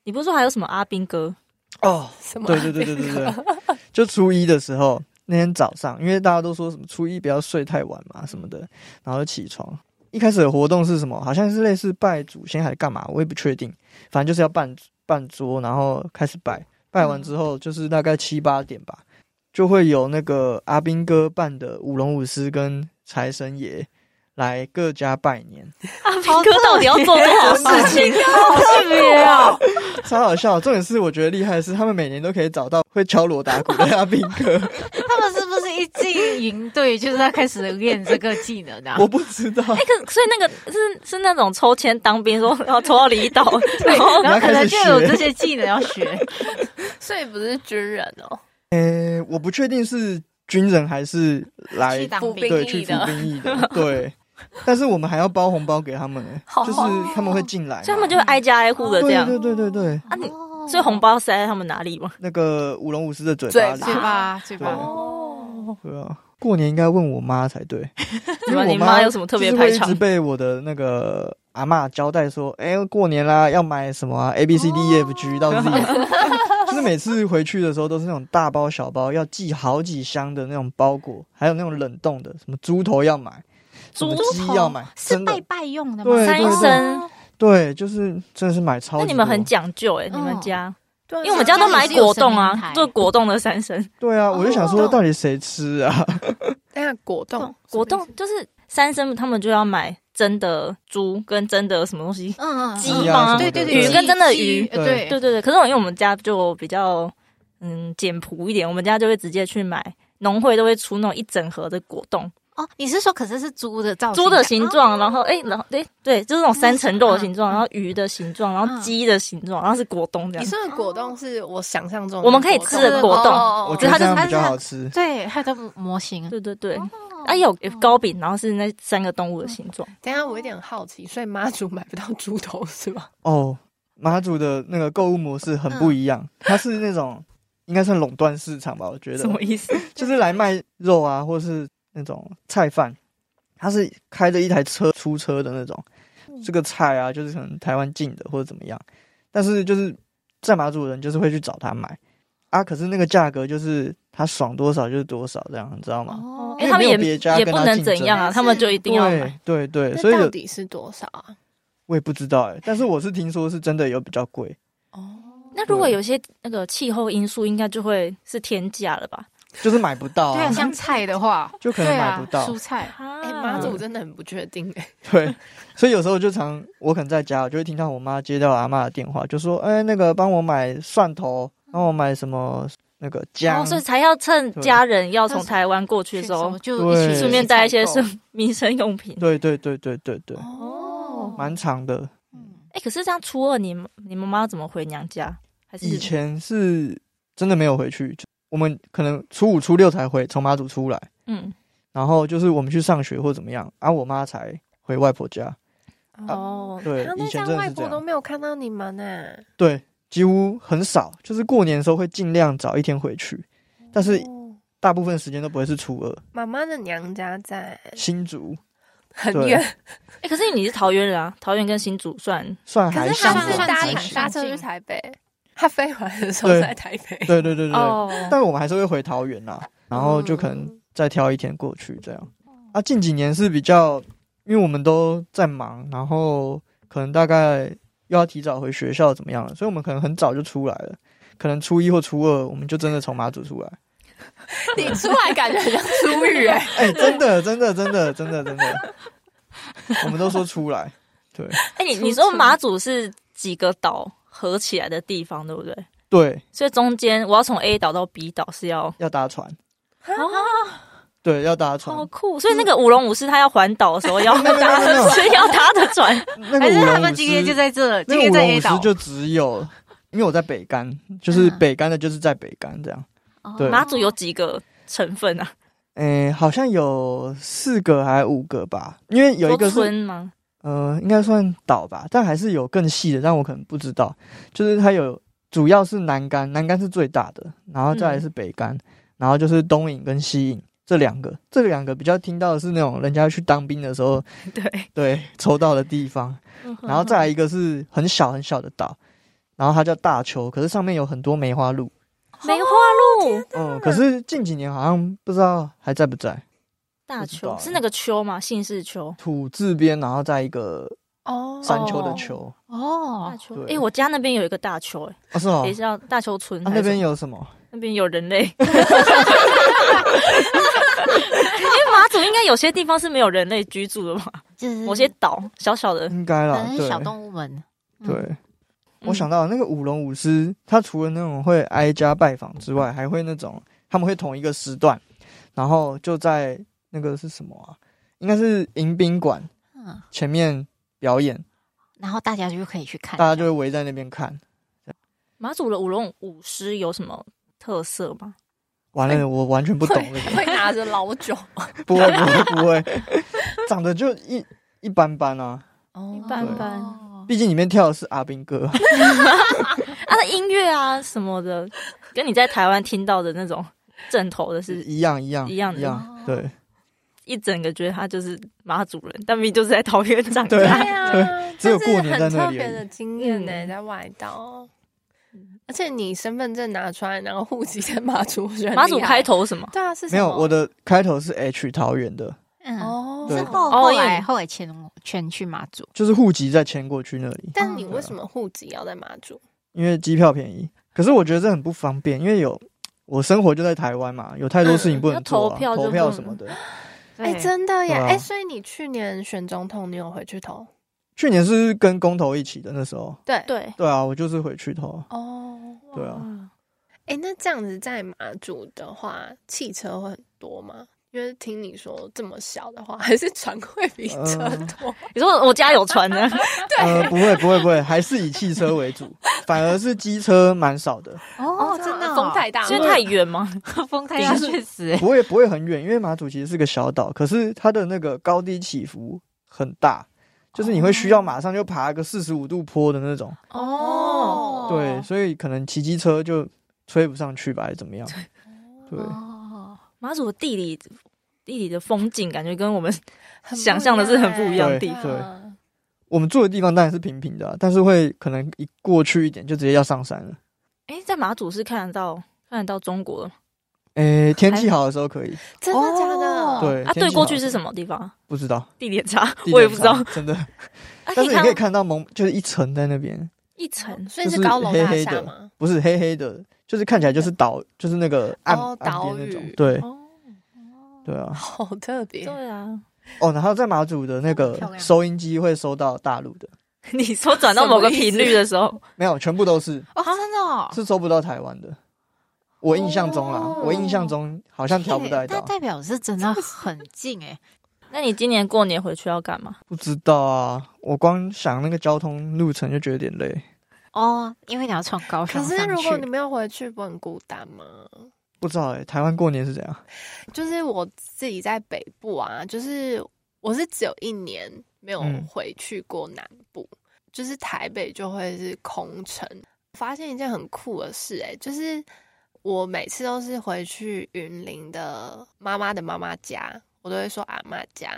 A: 你不是说还有什么阿兵哥？
C: 哦，
B: 什么？
C: 对对对对对对，就初一的时候那天早上，因为大家都说什么初一不要睡太晚嘛什么的，然后就起床。一开始的活动是什么？好像是类似拜祖先还是干嘛，我也不确定。反正就是要办办桌，然后开始拜。拜完之后就是大概七八点吧，就会有那个阿兵哥办的舞龙舞狮跟财神爷来各家拜年。
A: 阿兵哥到底要做多少事情？好 特别啊！
C: 超好笑。重点是，我觉得厉害的是，他们每年都可以找到会敲锣打鼓的阿兵哥。
D: 他们是不是一进营队就是要开始练这个技能啊？
C: 我不知道，
A: 哎、可 所以那个是是那种抽签当兵说然后抽到离岛，然后
D: 然后可能就有
C: 然后开始学
D: 这些技能要学。
B: 所以不是军人哦，
C: 诶、我不确定是军人还是来
D: 去当
B: 服
D: 兵
C: 对
B: 役
C: 去服
B: 的
C: 兵役的， 对。但是我们还要包红包给他们、欸
A: 好
C: 就是他们会进来嘛，
A: 所以他们就会挨家挨户的这
C: 对
A: 样。
C: 对对对对，
A: 啊你
D: 哦
A: 所以红包塞在他们哪里吗？
C: 那个舞龙舞狮的嘴巴里，
B: 嘴
D: 嘴巴嘴巴
C: 对
A: 哦，
C: 对啊。过年应该问我妈 才对，因为我
A: 你妈有什么特别排
C: 就是会一直
A: 场？
C: 被我的那个阿嬷交代说，哎、过年啦，要买什么、啊、A B C D E F
A: 哦
C: G 到 Z，、就是每次回去的时候都是那种大包小包，要寄好几箱的那种包裹，还有那种冷冻的，什么猪头要买，什么
A: 猪头
C: 鸡要买，
D: 是
C: 真的
D: 拜拜用的吗？
C: 对
A: 三
C: 对
A: 生，
C: 对，就是真的是买超级
A: 那
C: 多。
A: 你们很讲究哎、你们
D: 嗯
A: 家，
B: 对啊
A: 因为我们家都买果冻
D: 像是有神明
A: 啊，
D: 牌
A: 做果冻的三生，
C: 对啊，我就想
A: 哦
C: 说到底谁吃啊？
B: 等一下果冻，
A: 果冻就是三生，他们就要买真的猪跟真的什么东西。
D: 嗯嗯，
A: 鸡
D: 嗯
A: 吗
C: 啊什么的，
D: 对对对，
A: 鱼
D: 鸡
A: 跟真的
D: 鸡
A: 鱼
D: 呃
C: 对
D: 对
A: 对对对，可是我因为我们家就比较嗯简朴一点，我们家就会直接去买。农会都会出那种一整盒的果冻，
D: 哦，你是说可是是猪的造型
A: 猪的形
D: 哦
A: 状，然后哎、然后哎、对，就是那种三层肉的形状，
D: 嗯
A: 然后鱼的形状，然后
D: 嗯
A: 鸡的形状，然后是果冻这
B: 你
A: 样。
B: 说的果冻是哦我想象中
A: 我们可以吃的果冻
B: 哦
C: 我
B: 哦
C: 觉得
D: 它
C: 这
D: 就
C: 样
D: 它
C: 比较
D: 是
C: 好吃。
D: 对，它的模型
A: 对对对，
D: 哦
A: 啊有糕饼，然后是那三个动物的形状。
B: 等一下我有点好奇，所以妈祖买不到猪头是吗？
C: 哦，马祖的那个购物模式很不一样，它是那种应该算垄断市场吧？我觉得
A: 什么意思？
C: 就是来卖肉啊，或是那种菜贩，他是开着一台车出车的那种。这个菜啊，就是可能台湾进的或者怎么样，但是就是在马祖的人就是会去找他买啊。可是那个价格就是他爽多少就是多少这样，你知道吗？
D: 哦
A: 因为
C: 因
A: 他们
C: 为没有
A: 也
C: 别家
A: 也
C: 跟
A: 不
C: 他
A: 能
C: 竞
A: 怎
C: 争
A: 样啊，他们就一定要买。
C: 对对对，所
B: 那
C: 以
B: 到
C: 有
B: 底是多少啊？
C: 我也不知道哎、但是我是听说是真的有比较贵，
B: 哦，
A: 那如果有一些那个气候因素，应该就会是天价了吧？
C: 就是买不到、
D: 对
C: 啊
D: 啊，，像菜的话，
C: 就可能
D: 对
C: 买
D: 啊
C: 不，到。
D: 蔬菜
B: 哎，
A: 啊
B: 妈祖真的很不确定哎，
C: 对，所以有时候我就常我可能在家，我就会听到我妈接到阿嬷的电话，就说：“哎、那个帮我买蒜头，帮我买什么那个姜。
A: 哦，所以才要趁家人要从台湾过去的时
D: 什
A: 候
D: 么，就一
C: 对
D: 起
A: 顺便带一些
D: 生。
A: 生民生用品。
C: 对对对对对对，
A: 哦
C: 蛮长的。
D: 嗯
A: 哎，可是这样初二你们你妈妈要怎么回娘家？还是
C: 以前是真的没有回去，就我们可能初五初六才回，从马祖出来，
A: 嗯
C: 然后就是我们去上学或怎么样，啊，我妈才回外婆家。
A: 哦，
C: 对
B: 他，
C: 以
B: 那
C: 前
B: 家
C: 真的
B: 外
C: 是这
B: 婆都
C: 样。
B: 没有看到你们呢，
C: 对，几乎很少，就是过年的时候会尽量早一天回去，但是
B: 哦
C: 大部分时间都不会是初二。
B: 呃妈妈的娘家在
C: 新竹，
B: 很
C: 对
B: 远，
A: 哎，可是你是桃园人啊，桃园跟新竹算
C: 算
B: 可
C: 还
B: 是他
C: 行
D: 上
B: 是
D: 算
B: 搭
D: 近
B: 台搭
D: 算
B: 车去
D: 近
B: 台北，他飞回来的时候
C: 对
B: 在台北，
C: 对对对对，
A: 哦，
C: 但我们还是会回桃园啦，然后就可
D: 嗯
C: 能再挑一天过去这样。啊，近几年是比较，因为我们都在忙，然后可能大概又要提早回学校怎么样了，所以我们可能很早就出来了，可能初一或初二我们就真的从马祖出来。
B: 你出来感觉很像出狱哎、
C: 哎、真的，真的，真的，真的，真的，我们都说出来，对
A: 哎，你
D: 出
A: 你说
D: 出
A: 马祖是几个岛合起来的地方，对不对？
C: 对，
A: 所以中间我要从 A 岛到 B 岛是要
C: 要搭船，
A: 啊，
C: 对，要搭船
A: 好，酷！所以那个舞龙舞狮他要环岛的时候 要
C: 没有没有
A: 搭
C: 没有没有
A: 的，是要搭着船。
C: 那个
D: 还
C: 舞
D: 是
C: 龙
D: 他们
C: 舞
D: 今天
C: 狮
D: 就在这，
C: 那
D: 今天
C: 舞
D: 在
C: 龙
D: A
C: 舞
D: 岛嗯
C: 狮就只有，因为我在北干，就是北干的，就是在北干这样。
D: 哦
C: 对
A: 马祖有几个成分啊？
C: 诶、好像有四个还五个吧，因为有一个
A: 说村
C: 是
A: 吗？
C: 呃，应该算岛吧，但还是有更细的，但我可能不知道。就是它有主要是南干，南干是最大的，然后
D: 嗯
C: 再来是北干，然后就是东引跟西引这两个，这两个比较听到的是那种人家去当兵的时候
A: 对，
C: 对抽到的地方。
A: 嗯
C: 然后再来一个是很小很小的岛，然后它叫大丘，可是上面有很多梅花鹿。
A: 梅花鹿、
C: 嗯，可是近几年好像不知道还在不在。
A: 大
C: 不知道
A: 丘
C: 欸
A: 是那个丘吗？姓氏丘。
C: 土字边，然后再一个
B: 哦
C: 山丘的丘。
A: 大
D: 哦，
A: 丘，哎、
C: 对
A: 我家那边有一个大丘、欸，
C: 哦，是哦
A: 也。是叫大丘村
C: 啊，
A: 还是
C: 那
A: 什么、
C: 边有什么？
A: 那边有人类，因为马祖应该有些地方是没有人类居住的嘛，
D: 就是
A: 某些岛小小的，
C: 应该
D: 可
C: 啦，
D: 能是
C: 对
D: 小动物们，嗯
C: 对。我
A: 嗯
C: 想到那个舞龙舞狮，他除了那种会挨家拜访之外，还会那种他们会同一个时段，然后就在那个是什么啊？应该是迎宾馆
D: 嗯，
C: 前面表演，
D: 然后大家就可以去看，
C: 大家就会围在那边看。
A: 马祖的舞龙舞狮有什么特色吗？
C: 完
A: 哎
C: 了，我完全不懂这个，
B: 会拿着老酒，
C: 不会不会不会， 长得就一一般般啊。
B: 哦
A: 一般般
D: 哦
C: 毕竟里面跳的是阿兵 哥，
A: 啊，那音乐啊什么的，跟你在台湾听到的那种正头的
C: 是
A: 是
C: 一样一样
A: 一样的哦
C: 一样，对
A: 一整个觉得他就是马祖人，但明明就是在桃园长
C: 对
A: 大。
B: 啊
C: 对，只有
B: 这是
C: 过年在
B: 很
C: 那
B: 特
C: 里而
B: 别的
C: 已。
B: 经验呢、
A: 嗯
B: 在外岛。而且你身份证拿出来，然后户籍在马祖，我觉得很
A: 马祖
B: 厉害
A: 开头什么？
B: 对啊，是什
C: 没有，
B: 么
C: 我的开头是 H 桃园的，
D: 嗯，
B: 哦，
C: 对
D: 是
C: 是
D: 后
A: 哦
D: 后
A: 因为
D: 来后来迁迁去马祖，
C: 就是户籍再迁过去那里，
B: 但你为什么户籍要在马祖？
C: 因为机票便宜。可是我觉得这很不方便，因为有我生活就在台湾嘛，有太多事情不能做、啊
A: 嗯要投票就不能
C: 什么的。
B: 哎、真的耶！
C: 对啊
B: 哎、所以你去年选总统，你有回去投？
C: 去年是跟公投一起的那时候，
B: 对
A: 对，
C: 对啊，我就是回去投啊，
B: 哦，
C: 对啊，
A: 哇
B: 哎、那这样子在马祖的话，汽车会很多吗？因为听你说这么小的话，还是船会比车多。
A: 你说我家有船呢，
C: 呃，不会不会不会，还是以汽车为主，反而是机车蛮少的，
D: 哦，真的哦
B: 风 太大
A: 因为
B: 了，
A: 太远吗？
D: 风太大，
A: 顶
D: 哎确实，
C: 不会不会很远，因为马祖其实是个小岛，可是它的那个高低起伏很大，就是你会需要马上就爬个四十五度坡的那种。
A: 哦
C: 对，所以可能骑机车就吹不上去吧，还是怎么样？对，
D: 哦，
A: 马祖的地理地理的风景感觉跟我们
B: 很不啊
A: 想象的是很不一样的
C: 对
A: 地方。
C: 对我们住的地方当然是平平的啊、但是会可能一过去一点就直接要上山了。
A: 哎，在马祖是看得到看得到中国的吗？
C: 诶、天气好的时候可以。
B: 真的假的？
D: 哦
C: 对，
A: 啊，
C: 天
A: 对
C: 气好
A: 过
C: 的
A: 去是
C: 时候
A: 什么地方啊？
C: 不知道，
A: 地点差
C: 地，
A: 我也不
C: 点
A: 知道
C: 差。真的。
A: 啊
C: 但是你可以
A: 到
C: 看到蒙，就是一层在那边，
A: 一层，
B: 所以
C: 就是
B: 是高楼大
C: 黑黑
B: 厦
C: 的
B: 吗？
C: 不是黑黑的，就是看起来就是岛，就是那个岸、
B: 哦
C: 岸边
B: 岛
C: 那种
B: 屿。
C: 对
A: 哦，
C: 对啊。
B: 好特别，
A: 对啊，
C: 哦，然后在马祖的那
D: 哦
C: 个
D: 漂亮
C: 收音机会收到大陆的，
A: 你说转到某个频率的时候，
C: 没有，全部都是
D: 哦，真的哦，
C: 是收不到台湾的。我印象中啦，
D: 哦
C: 我印象中好像调不太
D: 那
C: 到，
D: 代表是真的很近哎，
A: 那你今年过年回去要干嘛？
C: 不知道啊。我光想那个交通路程就觉得有点累，
D: 哦，因为你要从高雄
B: 可
D: 上
B: 是
D: 去，
B: 如果你没有回去，不很孤单吗？
C: 不知道哎、台湾过年是怎样？
B: 就是我自己在北部啊，就是我是只有一年没有
C: 嗯
B: 回去过南部，就是台北就会是空城。发现一件很酷的事、欸，就是我每次都是回去云林的妈妈的妈妈家，我都会说阿妈家，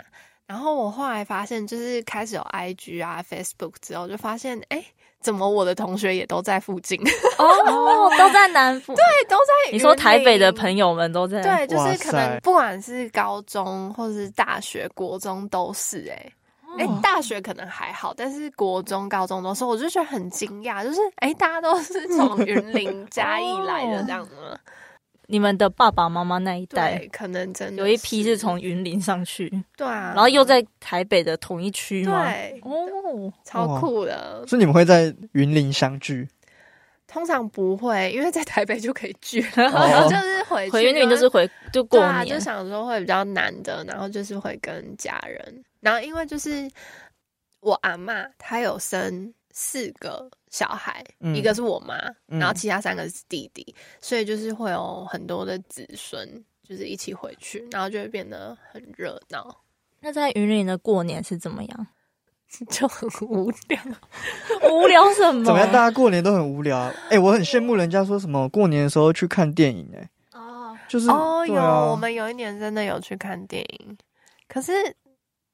B: 然后我后来发现，就是开始有 IG 啊、Facebook 之后，就发现，哎，怎么我的同学也都在附近？ 对，
A: 哦，都在南部。对，
B: 都在。
A: 你说台北的朋友们都在。
B: 对，就
C: 哇
B: 是可能
C: 塞
B: 不管是高中或者是大学、国中都是哎、哎、
A: 哦
B: 大学可能还好，但是国中、高中的时候，我就觉得很惊讶，就是哎、大家都 是从云林、嘉义来
A: 哦
B: 的这样吗？
A: 你们的爸爸妈妈那一代
B: 对，可能真的
A: 有一批是从云林上去，
B: 对啊，
A: 然后又在台北的同一区吗？
B: 对，
A: 哦，
B: 超酷的。
C: 所以你们会在云林相聚，
B: 通常不会，因为在台北就可以聚了，
C: 哦
B: 然后 就是回去
A: 回云林就是回就过
B: 对啊，
A: 年
B: 就，想说会比较难的，然后就是会跟家人，然后因为就是我阿妈她有生四个小孩，
C: 嗯
B: 一个是我妈，
C: 嗯
B: 然后其他三个是弟弟，所以就是会有很多的子孙。就是一起回去，然后就会变得很热闹，
A: 那在云林的过年是怎么 样？
B: 就很无聊。
A: 无聊什么？
C: 怎么样？大家过年都很无聊啊。哎、我很羡慕人家说什么过年的时候去看电影、哎，
D: 哦，
C: 就是
B: 哦，
C: 对
B: 有，
C: 啊
B: 我们有一年真的有去看电影，可是，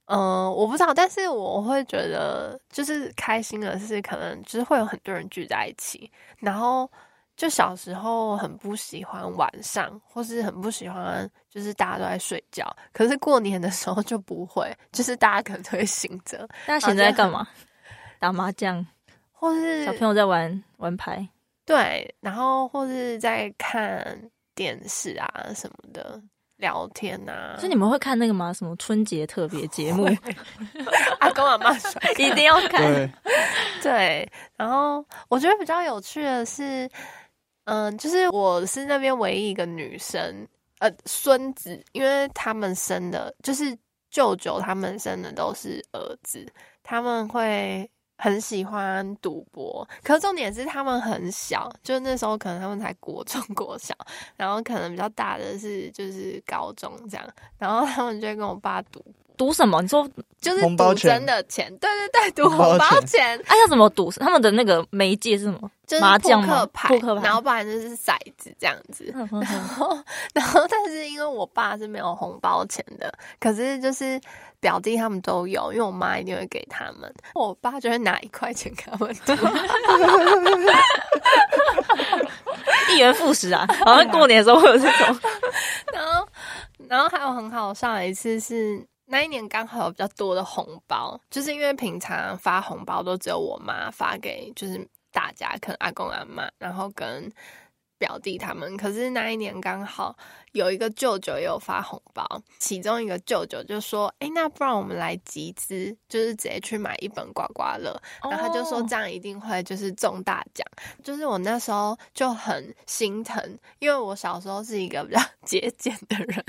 B: 嗯、我不知道，但是我会觉得，就是开心的是，可能就是会有很多人聚在一起，然后就小时候很不喜欢晚上，或是很不喜欢就是大家都在睡觉，可是过年的时候就不会，就是大家可能都会醒着，
A: 大家现在在干嘛？打麻将，
B: 或是
A: 小朋友在玩玩牌。
B: 对，然后或是在看电视啊什么的，聊天啊，
A: 所以你们会看那个吗？什么春节特别节 目？
B: 阿公啊阿妈说。
A: 一定要看。
C: 对，
B: 对，然后我觉得比较有趣的是，嗯，就是我是那边唯一一个女生，呃，孙子，因为他们生的，就是舅舅他们生的都是儿子，他们会很喜欢赌博，可是重点是他们很小，就那时候可能他们才国中、国小，然后可能比较大的是就是高中这样，然后他们就会跟我爸赌。
A: 赌什么？你说，
B: 就是
C: 红包
B: 赌真
C: 钱
B: 的钱，对对对，赌
C: 红包
B: 红包
C: 钱
B: 钱，
A: 哎、要怎么赌？他们的那个媒介是什 么？
B: 就是
A: 麻将
B: 扑
A: 吗
B: 克牌，
A: 扑克牌
B: 然后不然就是骰子这样子。
A: 嗯嗯嗯
B: 然后， 然后但是因为我爸是没有红包钱的，可是就是表弟他们都有，因为我妈一定会给他们，我爸就会拿一块钱给他们 赌。
A: 一元复始啊！好像过年的时候会有这种。
B: 然后，然后还有很好笑的一次是。那一年刚好有比较多的红包，就是因为平常发红包都只有我妈发给，就是大家，可能阿公阿妈，然后跟表弟他们。可是那一年刚好有一个舅舅也有发红包，其中一个舅舅就说：“哎，那不然我们来集资，就是直接去买一本刮刮乐。” 然后他就说
A: 哦
B: 这样一定会就是中大奖。就是我那时候就很心疼，因为我小时候是一个比较 节俭的人，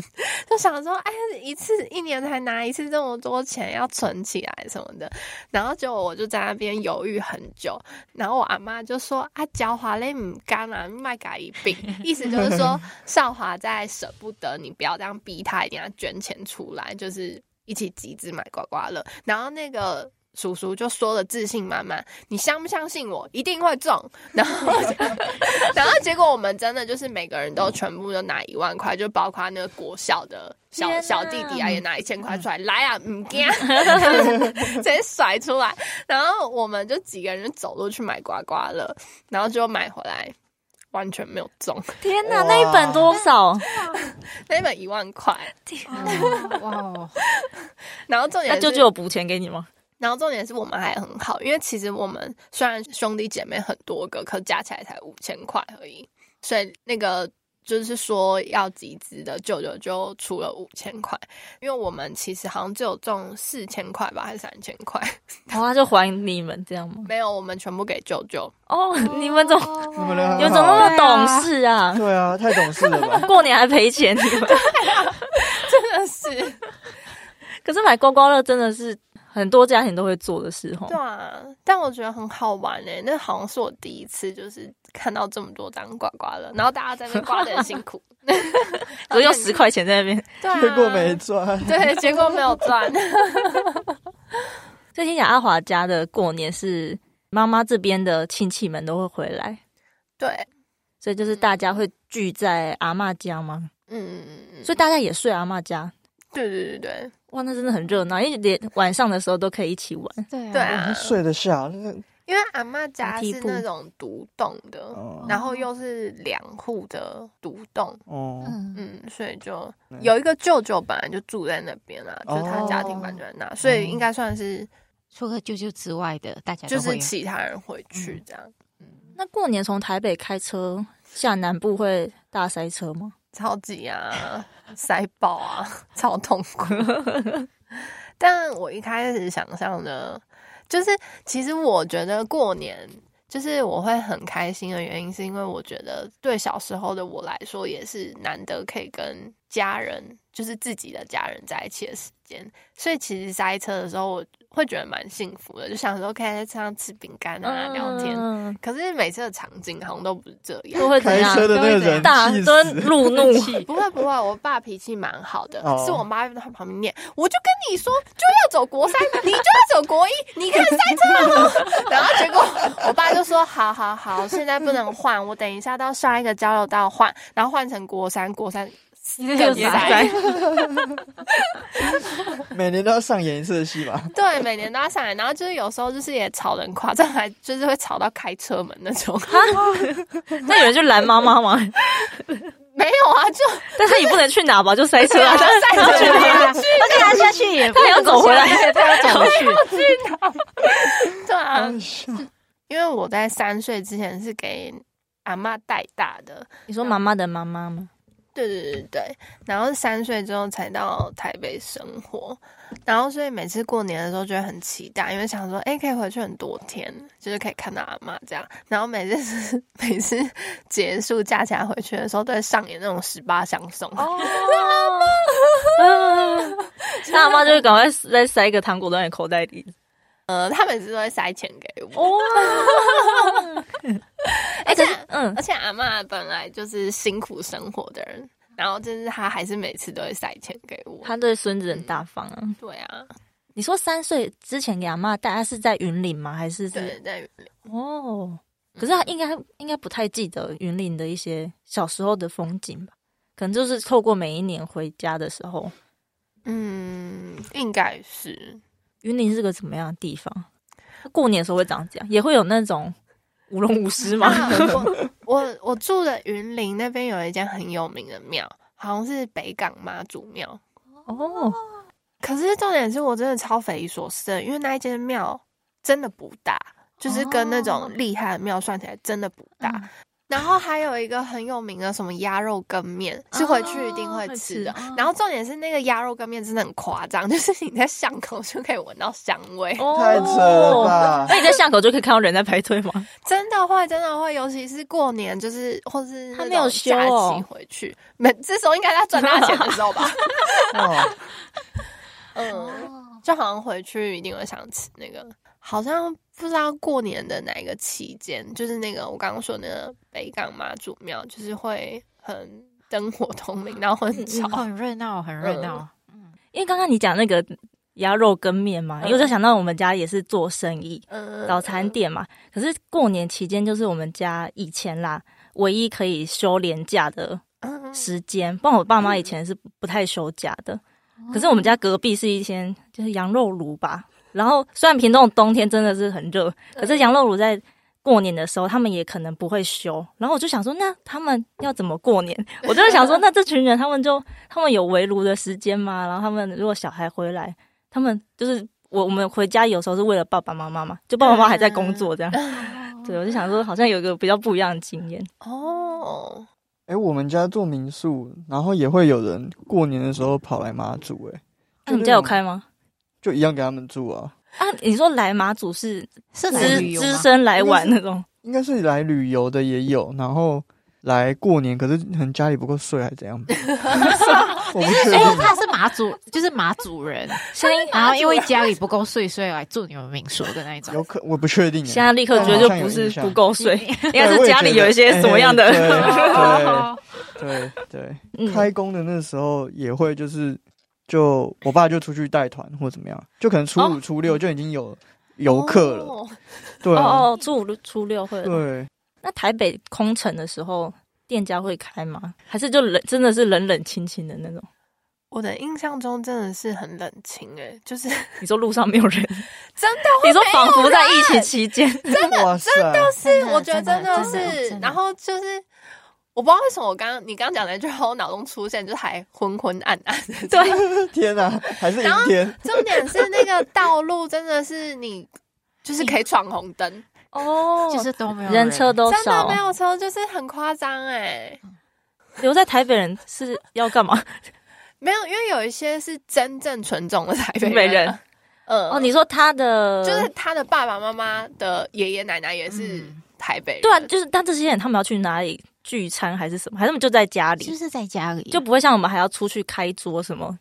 B: 就想说，哎，一次一年才拿一次这么多钱，要存起来什么的。然后结果我就在那边犹豫很久，然后我阿妈就说：“啊，脚滑嘞，唔干啊，卖给一病。”意思就是说，少华在舍不得你，不要这样逼他，一定要捐钱出来，就是一起集资买刮刮乐。然后那个。叔叔就说的自信满满，你相不相信我一定会中？然后， 然后结果我们真的就是每个人都全部都拿一万块，就包括那个国小的小
A: 天哪
B: 小弟弟啊，也拿一千块出来，来啊，唔惊， 直接甩出来。然后我们就几个人就走路去买刮刮乐，然后就买回来，完全没有中，
A: 天哪，
C: 哇
A: 那一本多 少？
B: 那本一万块。
D: 哦哇哦，
B: 然后重点
A: 那
B: 是
A: 舅舅有补钱给你吗？
B: 然后重点是我们还很好，因为其实我们虽然兄弟姐妹很多个，可加起来才五千块而已，所以那个就是说要集资的舅舅就出了五千块，因为我们其实好像只有中四千块吧，还是三千块，
A: 然哦后他就还你们这样吗？
B: 没有，我们全部给舅舅。
A: 哦，你们怎么
C: 你们人
A: 你们
C: 很好
A: 怎么那么
D: 对
A: 懂
D: 啊
A: 事啊？
C: 对啊，太懂事了 吧？
A: 过年还赔钱你们？
B: 真的是，
A: 可是买刮刮乐真的是很多家庭都会做的事哦
B: 对。啊，但我觉得很好玩诶、那好像是我第一次就是看到这么多张刮刮乐，然后大家在那边刮的很辛 苦，
A: 我用十块钱在那 边，
B: 对、啊，
C: 结果没赚，
B: 对，结果没有赚。
A: 所以听讲阿华家的过年是妈妈这边的亲戚们都会回来，
B: 对，
A: 所以就是大家会聚在阿嬷家吗？
B: 嗯，
A: 所以大家也睡阿嬷家。
B: 对对对对，
A: 哇，那真的很热闹，因为连晚上的时候都可以一起玩。
D: 对
B: 对
D: 啊，
B: 啊
C: 那，睡得下，那个
B: 因为阿嬷家
A: 爬梯
B: 是
A: 步
B: 那种独栋的，
C: 哦
B: 然后又是两户的独栋，
C: 哦，
A: 嗯，
B: 嗯，所以就
C: 嗯
B: 有一个舅舅本来就住在那边啊，
C: 哦
B: 就是他家庭本来就在那，所以应该算是
D: 除了舅舅之外的，大家
B: 就
D: 都会
B: 是
D: 有
B: 其他人回去这样，
A: 那过年从台北开车下南部会大塞车吗？
B: 超级啊，塞爆啊，超痛苦。 但我一开始想象的，就是其实我觉得过年。就是我会很开心的原因，是因为我觉得对小时候的我来说，也是难得可以跟家人，就是自己的家人在一起的时间。所以其实塞车的时候，我会觉得蛮幸福的，就想说可以在车上吃饼干啊、聊天。
A: 嗯
B: 可是每次的场景好像都不是这 样，
A: 都会怎
C: 开
A: 样？
C: 车的那个人
A: 啊大
C: 气
A: 都
C: 死，
A: 路怒，
B: 不会不会，我爸脾气蛮好的，
C: 哦
B: 是我妈在旁边念，我就跟你说就要走国三，你就要走国一， 你看塞车了。 然后结果我爸就说好好好，现在不能换，我等一下到下一个交流道换，然后换成国三，国三更
D: 也
B: 塞。
C: 每年都要上演一次的戏 吧？
B: 对，每年都要上来，然后就是有时候就是也吵得很夸张，还就是会吵到开车门那种。
A: 那有人就拦妈妈嘛，
B: 没有啊，就
A: 但他也不能去哪吧，就塞车啊，
B: 塞
A: 他
B: 车
A: 去哪
D: 而且他下去也不
A: 他也要走回来，
D: 他要走回去，
B: 对啊，
C: 哎笑
B: 因为我在三岁之前是给阿嬷带大的，
A: 你说妈妈的妈妈吗？
B: 对对对对，然后三岁之后才到台北生活，然后所以每次过年的时候就会很期待，因为想说，哎，可以回去很多天，就是可以看到阿妈这样。然后每次每次结束假期回去的时候，都会上演那种十八相送。
A: 哦， 那阿妈就会赶快再塞一个糖果到你口袋里。
B: 呃，他每次都会塞钱给我，
A: 哇，
B: 而且
A: 嗯，
B: 而且阿妈本来就是辛苦生活的人，然后就是她还是每次都会塞钱给我。
A: 他对孙子很大方啊。
B: 对啊，
A: 你说三岁之前给阿妈带，他是在云林吗？还是是
B: 对对，
A: 哦？可是他应该应该不太记得云林的一些小时候的风景吧？可能就是透过每一年回家的时候，
B: 嗯，应该是。
A: 云林是个怎么样的地方？过年的时候会长这样，也会有那种舞龙舞狮吗？
B: 啊 我我我住的云林那边有一间很有名的庙，好像是北港妈祖庙。
A: 哦，
B: 可是重点是我真的超匪夷所思的，因为那一间庙真的不大，就是跟那种厉害的庙算起来真的不大。
A: 哦嗯
B: 然后还有一个很有名的什么鸭肉羹面，是回去一定会吃的。
A: 会吃哦
B: 然后重点是那个鸭肉羹面真的很夸张，就是你在巷口就可以闻到香味。
A: 哦
C: 太扯 了吧！
A: 那你在巷口就可以看到人在排队吗？
B: 真的会，真的会，尤其是过年，就是或是
A: 他
B: 那
A: 没有
B: 种
A: 休
B: 假
A: 哦
B: 期回去，没、这时候应该在赚大钱的时 候吧？
A: 哦
C: 哇，
B: 嗯，就好像回去一定会想吃那个，好像不知道过年的哪一个期间，就是那个我刚刚说那个北港妈祖庙，就是会很灯火通明，然后很吵。
D: 很热闹，很热闹。
A: 因为刚刚你讲那个鸭肉羹面嘛，
B: 嗯
A: 因为我就想到我们家也是做生意，
B: 嗯，
A: 早餐店嘛。可是过年期间就是我们家以前啦，唯一可以休年假的
B: 嗯，
A: 时间。不然我爸妈以前是不太休假的。可是我们家隔壁是一间就是羊肉炉吧，然后虽然屏东的冬天真的是很热，可是羊肉炉在。过年的时候，他们也可能不会休，然后我就想说，那他们要怎么过年？我就想说，那这群人他们就他们有围炉的时间吗？然后他们如果小孩回来，他们就是我我们回家有时候是为了爸爸妈妈嘛，就爸爸妈妈还在工作这样。 对，我就想说，好像有一个比较不一样的经验。
B: 哦，
C: 哎、我们家做民宿，然后也会有人过年的时候跑来马祖、哎，
A: 那、嗯你家有开吗？
C: 就一样给他们住啊，
A: 啊，你说来马祖是
D: 是来
A: 资
D: 旅游
A: 资
D: 吗？
A: 深来玩那种？
C: 应该是来旅游的也有，然后来过年，可是可能家里不够睡还怎 样吧？我不确
D: 哎、
C: 定。
D: 他是马祖，就是马祖人，
A: 现在
D: 然后因为家里不够睡，所以来住你们民宿的那一
C: 有
D: 种。
C: 可我不确定、哎
A: 现在立刻觉得就不是不够 睡， 应该
C: 对我
A: 是
C: 也
A: 家里
C: 觉得
A: 有一些什么样的。
C: 哎对对对
A: 嗯
C: 开工的那时候也会就是，就我爸就出去带团或怎么样，就可能初五初六就已经有游客了，
B: 哦
C: 对
A: 哦哦
C: 啊，
A: 哦，初五初六会。
C: 对，
A: 那台北空城的时候，店家会开吗？还是就冷真的是冷冷清清的那种？
B: 我的印象中真的是很冷清诶、就是
A: 你说路上没有人，
B: 真的
A: 你说仿佛在疫情期间，
C: 哇塞，
B: 是
D: 真，的
B: 我觉得
D: 真的
B: 真的
D: 真的
B: 是
D: 真，的
B: 然后就是。我不知道为什么我刚刚你刚刚讲那句话，我脑中出现就是还昏昏暗暗的。对，
C: 天哪、还是阴
B: 然后
C: 天，
B: 重点是那个道路真的是你 就是可以闯红灯，
A: 哦
D: 就是都没有
A: 人车都
B: 真的
A: 少
B: 没，有车，就是很夸张哎。
A: 留在台北人是 要干嘛？
B: 没有，因为有一些是真正纯种的台北
A: 北
B: 人
A: 人
B: 啊，嗯，
A: 哦，你说他的
B: 就是他的爸爸妈妈的爷爷奶奶也是
D: 嗯
B: 台北人，
A: 对啊，就是但这些人他们要去哪里聚餐还是什么，还是他们就在家
D: 就
A: 里，
D: 是在家里，
A: 就不会像我们还要出去开桌什么，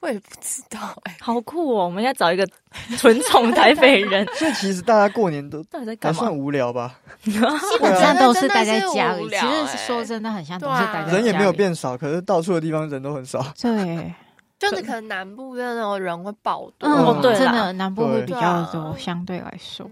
B: 我也不知道哎、
A: 好酷哦！我们应该找一个 纯种台北 人，
C: 所以其实大家过年都
A: 到底在干
C: 还
A: 嘛
D: 哎
C: 算？无聊吧，
D: 基本上啊都是待在家
B: 真的是
D: 里。
B: 无
D: 其
B: 聊
D: 实
B: 欸
D: 是说真的，很像都
B: 对
D: 是
B: 啊
D: 待在
A: 嗯
D: 家里，
C: 人也没有变少，可是到处的地方人都很少。
D: 对，
B: 就是可能南部的那种人会爆多。啊
D: 嗯，
C: 哦对
A: 啦
D: 真的南部会
C: 对
D: 比较
B: 对
D: 多
B: 啊，
D: 相对来说，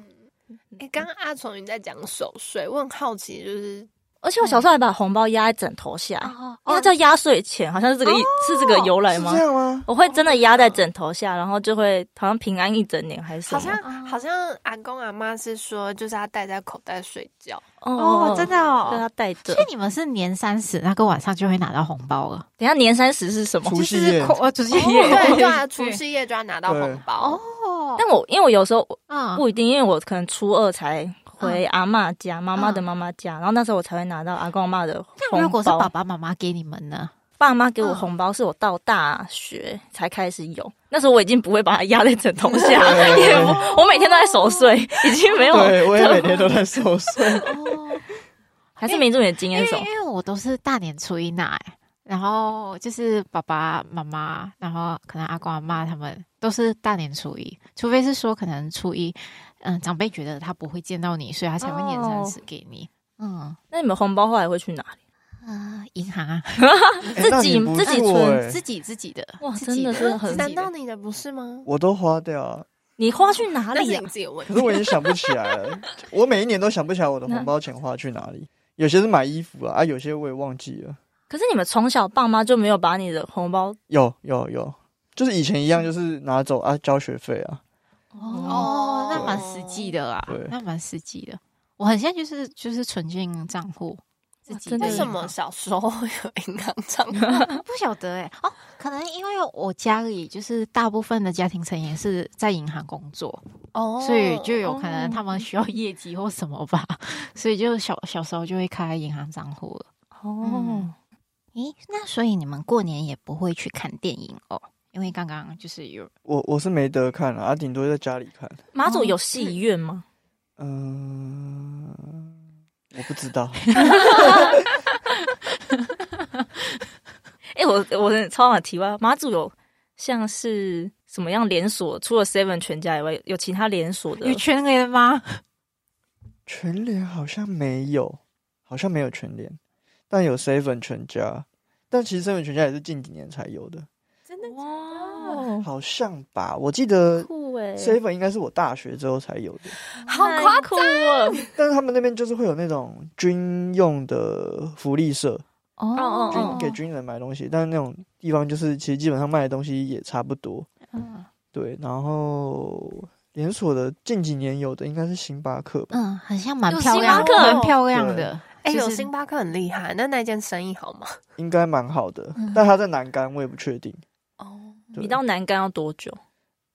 B: 哎、刚刚阿纯你在讲守岁，我很好奇，就是
A: 而且我小时候还把红包压在枕头下，
D: 哦
A: 因为它叫压岁钱，好像是这个意，是这个由来
C: 是
A: 吗
C: 这？样吗？
A: 我会真的压在枕头下，然后就会好像平安一整年还是什
B: 好
A: 么？
B: 像、
D: 哦
B: 好像阿公阿妈是说，就是他带在口袋睡觉。
A: 哦
D: 哦，真的
A: 被
D: 哦
A: 他。带着
D: 所。以你们是年三十那个晚上就会拿到红包了，
A: 等一下年三哦十是什么？
C: 除
D: 就
C: 夕夜
D: 是口呃，除 夕夜
B: 哦对对啊，除夕夜就要拿到
C: 对
B: 红包
D: 哦。，哦
A: 但我因为我有时候
D: 嗯
A: 不一定，因为我可能初二才回阿嬷家，妈妈的妈妈家，然后那时候我才会拿到阿公阿嬷的
D: 那如
A: 红
D: 果是爸
A: 包。
D: 爸妈妈给你们呢？
A: 爸妈给我红包是我到大学才开始有，那时候我已经不会把它压在枕头下，
C: 对
A: 也不我每天都在守岁，已经没有。
C: 对，我也每天都在收税。
D: 哦，
A: 还是民众的经
D: 因
A: 验
D: 为
A: 是什么
D: 因？为我都是大年初一拿、欸，然后就是爸爸妈妈，然后可能阿公阿妈他们都是大年初一，除非是说可能初一，嗯，长辈觉得他不会见到你，所以他才会年三十给你。嗯
A: 那你们红包后来会去哪里？
D: 啊，银行啊，
C: 哎那
A: 自己
C: 你不
A: 自己
C: 错
A: 存
C: 哎
D: 自己自己的，
A: 哇
D: 自己
A: 真的是很
D: 自
B: 难
D: 己的
B: 道你的不是吗？
C: 我都花掉啊，
A: 你花去哪里
B: 那
A: 啊
B: 是
A: 呀
B: 你、自己的问
C: 可是
B: 题。
C: 我已经想不起来了。我每一年都想不起来我的红包钱花去哪里，有些是买衣服啊，啊，有些我也忘记了。
A: 可是你们从小爸妈就没有把你的红包
C: 有有有，就是以前一样，就是拿走啊，交学费啊，
D: 哦，那蛮实际的啦
C: 对，
D: 那蛮实际的。我很像就是就是存进账户，自
A: 哇
D: 己
A: 真的
D: 啊的
B: 为什
D: 银
B: 么
D: 行
B: 小时候会有银行账 户？
D: 不晓得哎、哦，可能因为我家里就是大部分的家庭成员是在银行工作，
B: 哦
D: 所以就有可能他们需要业绩或什么吧，所以就小小时候就会开银行账户了。
A: 哦
D: 嗯。咦，那所以你们过年也不会去看电影哦？因为刚刚就是有
C: 我我是没得看了啊，顶多在家里看。
A: 马祖有戏院吗？
C: 嗯、我不知道，
A: 哎、我我真的超想提问，马祖有像是什么样连锁？除了 Seven 全家以外，有其他连锁的
D: 有全联吗？
C: 全联好像没有，好像没有全联，但有 seven 全家，但其实 seven 全家也是近几年才有的，
B: 真的
A: 哇哦，
C: 好像吧？我记得
A: 酷哎、
C: seven 应该是我大学之后才有的。
B: 好夸
A: 酷了！
C: 但是他们那边就是会有那种军用的福利社，
D: 哦
A: 哦
C: 军给军人买东西，但是那种地方就是其实基本上卖的东西也差不多，
D: 嗯
C: 对。然后连锁的近几年有的应该是星巴克吧，
D: 嗯，很像蛮
A: 有
D: 漂
A: 星
D: 亮
A: 巴
D: 的，
A: 克
D: 蛮漂亮的。
B: 哎、
D: 就
B: 有
D: 是
B: 星巴克很厉害，那那间生意好吗？
C: 应该蛮好的
D: 嗯，
C: 但它在南竿我也不确定。
B: 哦，
C: 对
A: 你到南竿要多久？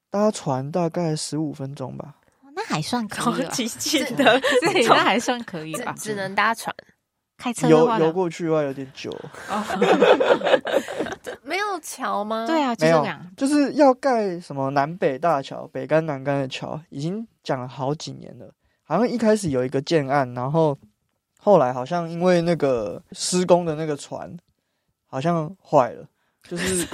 C: 搭船大概十五分钟吧，
D: 哦那还算可以吧，
A: 近
C: 的，
D: 对，那还算可以
B: 只
C: 啊
D: 吧？
B: 只能搭船，啊
D: 开车的
C: 游
D: 话
C: 游过去的话有点久，
B: 没有桥吗？
D: 对
B: 啊，
D: 啊，就
C: 没
D: 是
C: 有
D: 两，
C: 就是要盖什么南北大桥、北干南干的桥，已经讲了好几年了。好像一开始有一个建案，然后后来好像因为那个施工的那个船好像坏了，就是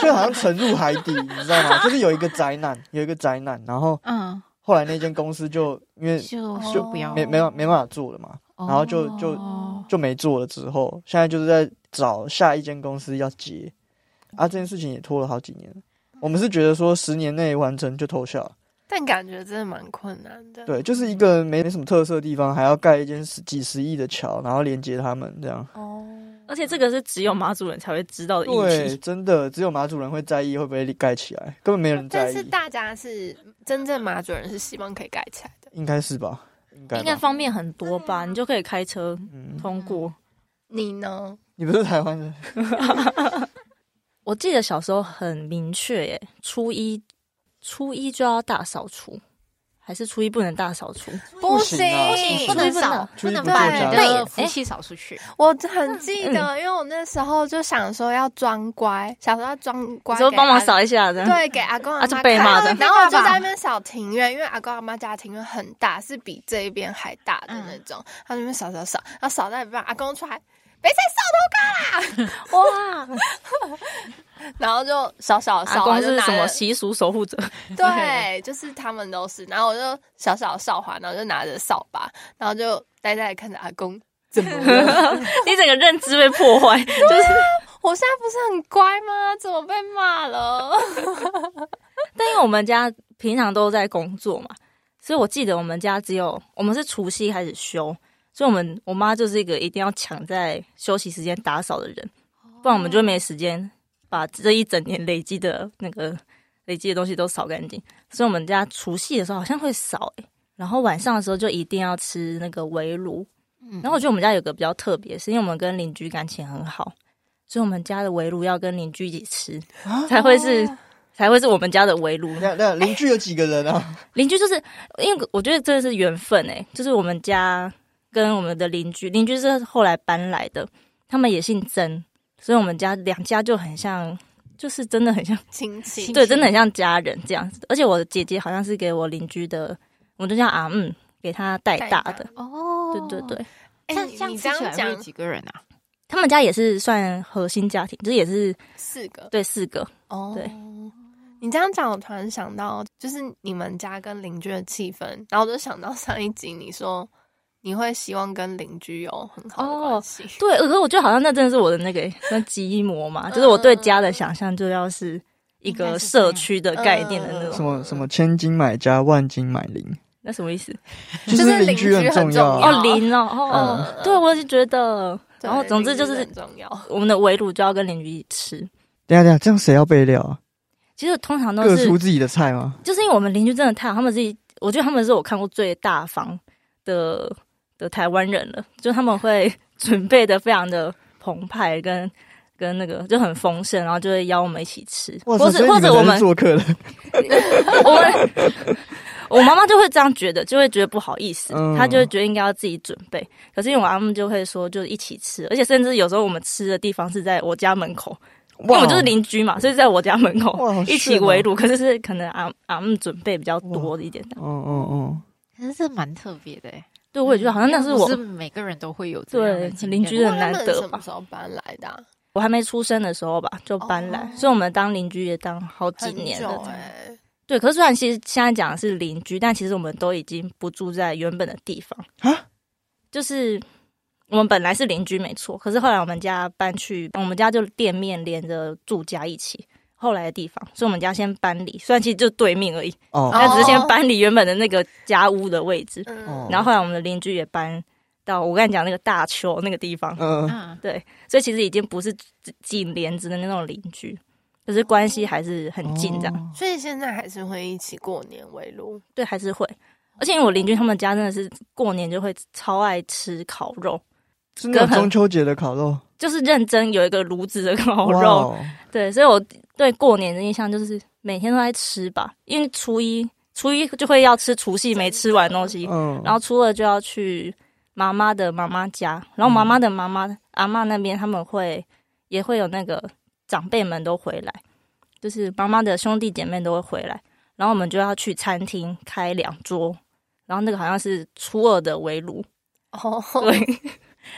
C: 就好像沉入海底，你知道吗？就是有一个灾难，有一个灾难，然后
D: 嗯，
C: 后来那间公司就因为
D: 就
B: 就
D: 就不要
C: 哦
D: 哦
C: 没没办没办法做了嘛，
D: 然
C: 然后就就就没做了。之后现在就是在找下一间公司要接，啊，这件事情也拖了好几年。我们是觉得说十年内完成就偷笑，
B: 但感觉真的蛮困难的。
C: 对，就是一个没没什么特色的地方，还要盖一间十几十亿的桥，然后连接他们这样。
B: 哦，
A: 而且这个是只有马祖人才会知道的议
C: 对，
A: 题。
C: 真的只有马主人会在意会不会盖起来，根本没有人在
B: 但是
C: 意，
B: 大家是真正马主人是希望可以盖起来的。
C: 应该是吧？应该
A: 应该
C: 吧。
A: 方便很多吧？你就可以开车
C: 嗯，
A: 通过。
B: 你呢？
C: 你不是台湾人，
A: 我记得小时候很明确耶，初一初一就要大扫除，还是初一不能大扫除？
C: 不行啊
B: 行
D: 不能
A: 不能
D: 扫，
C: 出
D: 不
C: 去
D: 能
C: 不
D: 把
C: 做
D: 你
C: 家
D: 的哎
A: 事
D: 福气扫出去。
B: 我很记
C: 嗯
B: 得，因为我那时候就想说要装乖，小时候要装乖，
A: 你说
B: 给
A: 帮忙
B: 阿
A: 扫一下这样。
B: 对，给阿公阿
A: 啊
B: 妈
A: 就
B: 看、
A: 被骂的
B: 然后我就在那边扫庭院，因为阿公阿妈家庭院很大，是比这一边还大的
C: 嗯
B: 那种。他那边扫扫扫，然后扫到一半，阿公出来，别再
A: 哇，
B: 扫，然后就小小
A: 阿
B: 扫，
A: 公
B: 然后就是拿
A: 什
B: 了
A: 么习俗守护者？
B: 对，就是他们都是。然后我就小小的扫把，然后就拿着扫把，然后就呆呆的看着阿公。怎么了？
A: 你整个认知被破坏， 就是。
B: 我现在不是很乖吗？怎么被骂了？
A: 但因为我们家平常都在工作嘛，所以我记得我们家只有我们是除夕开始休，所以我们我妈就是一个一定要抢在休息时间打扫的人，不然我们就没时间把这一整年累积的那个累积的东西都扫干净。所以我们家除夕的时候好像会扫、欸，然后晚上的时候就一定要吃那个围炉。
D: 嗯
A: 然后我觉得我们家有个比较特别，是因为我们跟邻居感情很好，所以我们家的围炉要跟邻居一起吃，才会是、才会是我们家的围炉。
C: 那那邻居有几个人 啊？
A: 邻居就是因为我觉得真的是缘分哎、就是我们家跟我们的邻居，邻居是后来搬来的，他们也姓曾，所以我们家两家就很像，就是真的很像，
B: 亲戚
D: 亲
A: 对，真的很像家人这样子。而且我的姐姐好像是给我邻居的，我就叫阿嗯，给他带大的，
D: 哦
A: 对对对，
B: 哎
D: 像
B: 你
D: 像
B: 你
D: 吃
B: 这
D: 起
B: 样
D: 来会有
B: 讲
D: 几个人啊？
A: 他们家也是算核心家庭，就是也是
B: 四个，
A: 对四个，
B: 哦，
A: 对。
B: 你这样讲，我突然想到，就是你们家跟邻居的气氛，然后我就想到上一集你说你会希望跟邻居有很好的关系，
A: 哦对，可是我觉得好像那真的是我的那个那基模嘛，就是我对家的想象就要是一
D: 应
A: 个
D: 该是这样
A: 社区的概念的那
B: 嗯
A: 种
C: 什，么什么千金买家，万金买邻，
A: 那什么意思？
C: 就
B: 就是
C: 邻
B: 邻
C: 居很
B: 居很
C: 重要
B: 重
C: 啊。
B: 要
A: 哦，零哦，哦，哦
C: 嗯
A: 对，我也是觉得，
B: 对
A: 然后总之就是
B: 邻居很重要。
A: 我们的围炉就要跟邻居一起吃。
C: 等一下等一下，这样谁要备料啊？
A: 其实通常都
C: 各
A: 是
C: 出，自己的菜吗？
A: 就是因为我们邻居真的太好，他们自己，我觉得他们是我看过最大方的的台湾人了，就他们会准备的非常的澎湃，跟跟那个就很丰盛，然后就会邀我们一起吃，
C: 哇
A: 或
C: 塞，
A: 者
C: 所以
A: 或
C: 你
A: 者我
C: 们才
A: 们
C: 是做客的。
A: 我们我妈妈就会这样觉得，就会觉得不好意思，
C: 嗯
A: 她就会觉得应该要自己准备。可是因为我阿姆就会说，就一起吃，而且甚至有时候我们吃的地方是在我家门口，因为 我们就是邻居嘛，所以在我家门口
C: 哦哇好
A: 一起
C: 炫哦
A: 围炉。可是是可能阿阿姆准备比较多一点的，
C: 哦哦
D: 可是这蛮特别的欸，
A: 对我也觉得好
B: 嗯
A: 像那是
D: 因为
A: 我
D: 不是每个人都会有这样的
A: 对
D: 经
A: 邻
D: 验
A: 居这的
B: 那他
A: 难
B: 们
A: 得
B: 什么
A: 吧
B: 时候搬来的啊？
A: 我还没出生的时候吧就搬来，
B: 哦
A: 所以我们当邻居也当好几
B: 很
A: 年
B: 久
A: 了。
B: 哎，
A: 对，可是虽然其实现在讲的是邻居，但其实我们都已经不住在原本的地方
C: 啊
A: 就是我们本来是邻居没错，可是后来我们家搬去，我们家就店面连着住家一起。后来的地方，所以我们家先搬离，虽然其实就对面而已，
C: 哦
A: 但
C: 哦，
A: 只是先搬离原本的那个家屋的位置。
B: 嗯
C: 哦，
A: 然后后来我们的邻居也搬到我跟你讲那个大丘那个地方，
C: 嗯，
D: 嗯，
A: 所以其实已经不是紧连着的那种邻居，可是关系还是很近这样。
C: 样。
B: 所以现在还是会一起过年围炉，
A: 对，还是会。而且因为我邻居他们家真的是过年就会超爱吃烤肉，
C: 是那
A: 跟
C: 种
A: 很
C: 中秋节的烤肉，
A: 就是认真有一个炉子的烤
C: 哇
A: 肉。
C: 哦，
A: 对，所以我对过年的印象就是每天都在吃吧，因为初一初一就会要吃除夕没吃完的东西，
C: 嗯，
A: 然后初二就要去妈妈的妈妈家，然后妈妈的妈妈阿妈那边他们会也会有那个长辈们都回来，就是妈妈的兄弟姐妹都会回来，然后我们就要去餐厅开两桌，然后那个好像是初二的围炉，
B: 哦，
A: 对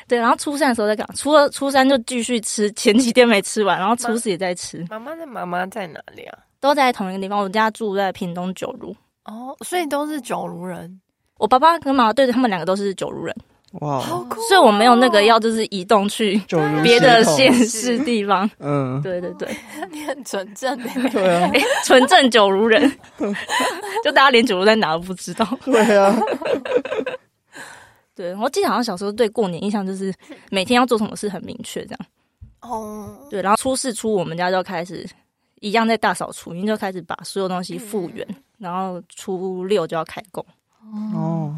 A: 对，然后初三的时候再讲，初二初三就继续吃，前几天没吃完，然后初四也在吃，
B: 妈妈的妈妈在哪里啊？
A: 都在同一个地方，我家住在屏东九如。
B: 哦，所以都是九如人，
A: 我爸爸跟妈妈对他们两个都是九如人，
C: 哇哦，
B: 酷
A: 所以我没有那个要就是移动去
C: 九如
A: 别的县
C: 县，
A: 市地方。
C: 嗯，
A: 对对对，
B: 你很纯正的。
C: 对啊，
A: 诶 纯正九如人，
C: 啊
A: 就大家连九如在哪都不知道。
C: 对啊，
A: 对，我记得好像小时候对过年印象 就是每天要做什么事很明确这样。
B: 哦，
A: 对，然后初四初五我们家就开始一样在大扫除，因为就开始把所有东西复原，然后初六就要开工。
C: 哦，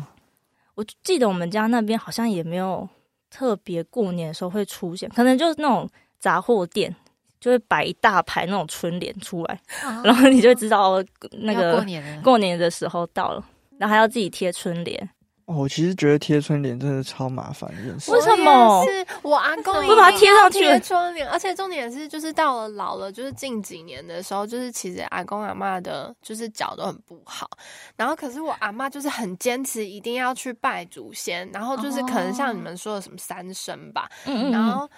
A: 我记得我们家那边好像也没有特别过年的时候会出现，可能就是那种杂货店就会摆一大排那种春联出来，然后你就会知道哦那
D: 要过
A: 个
D: 年了，
A: 过年的时候到了，然后还要自己贴春联。
C: 哦我其实觉得贴春联真的超麻烦一件事
A: 为。什么
B: 我也是我阿公
A: 会把它贴上去
B: 一定要贴春联，而且重点是，就是到了老了，就是近几年的时候，就是其实阿公阿嬷的，就是脚都很不好。然后可是我阿嬷就是很坚持，一定要去拜祖先，然后就是可能像你们说的什么三生吧，
A: 嗯
B: 然
C: 啊
B: 后，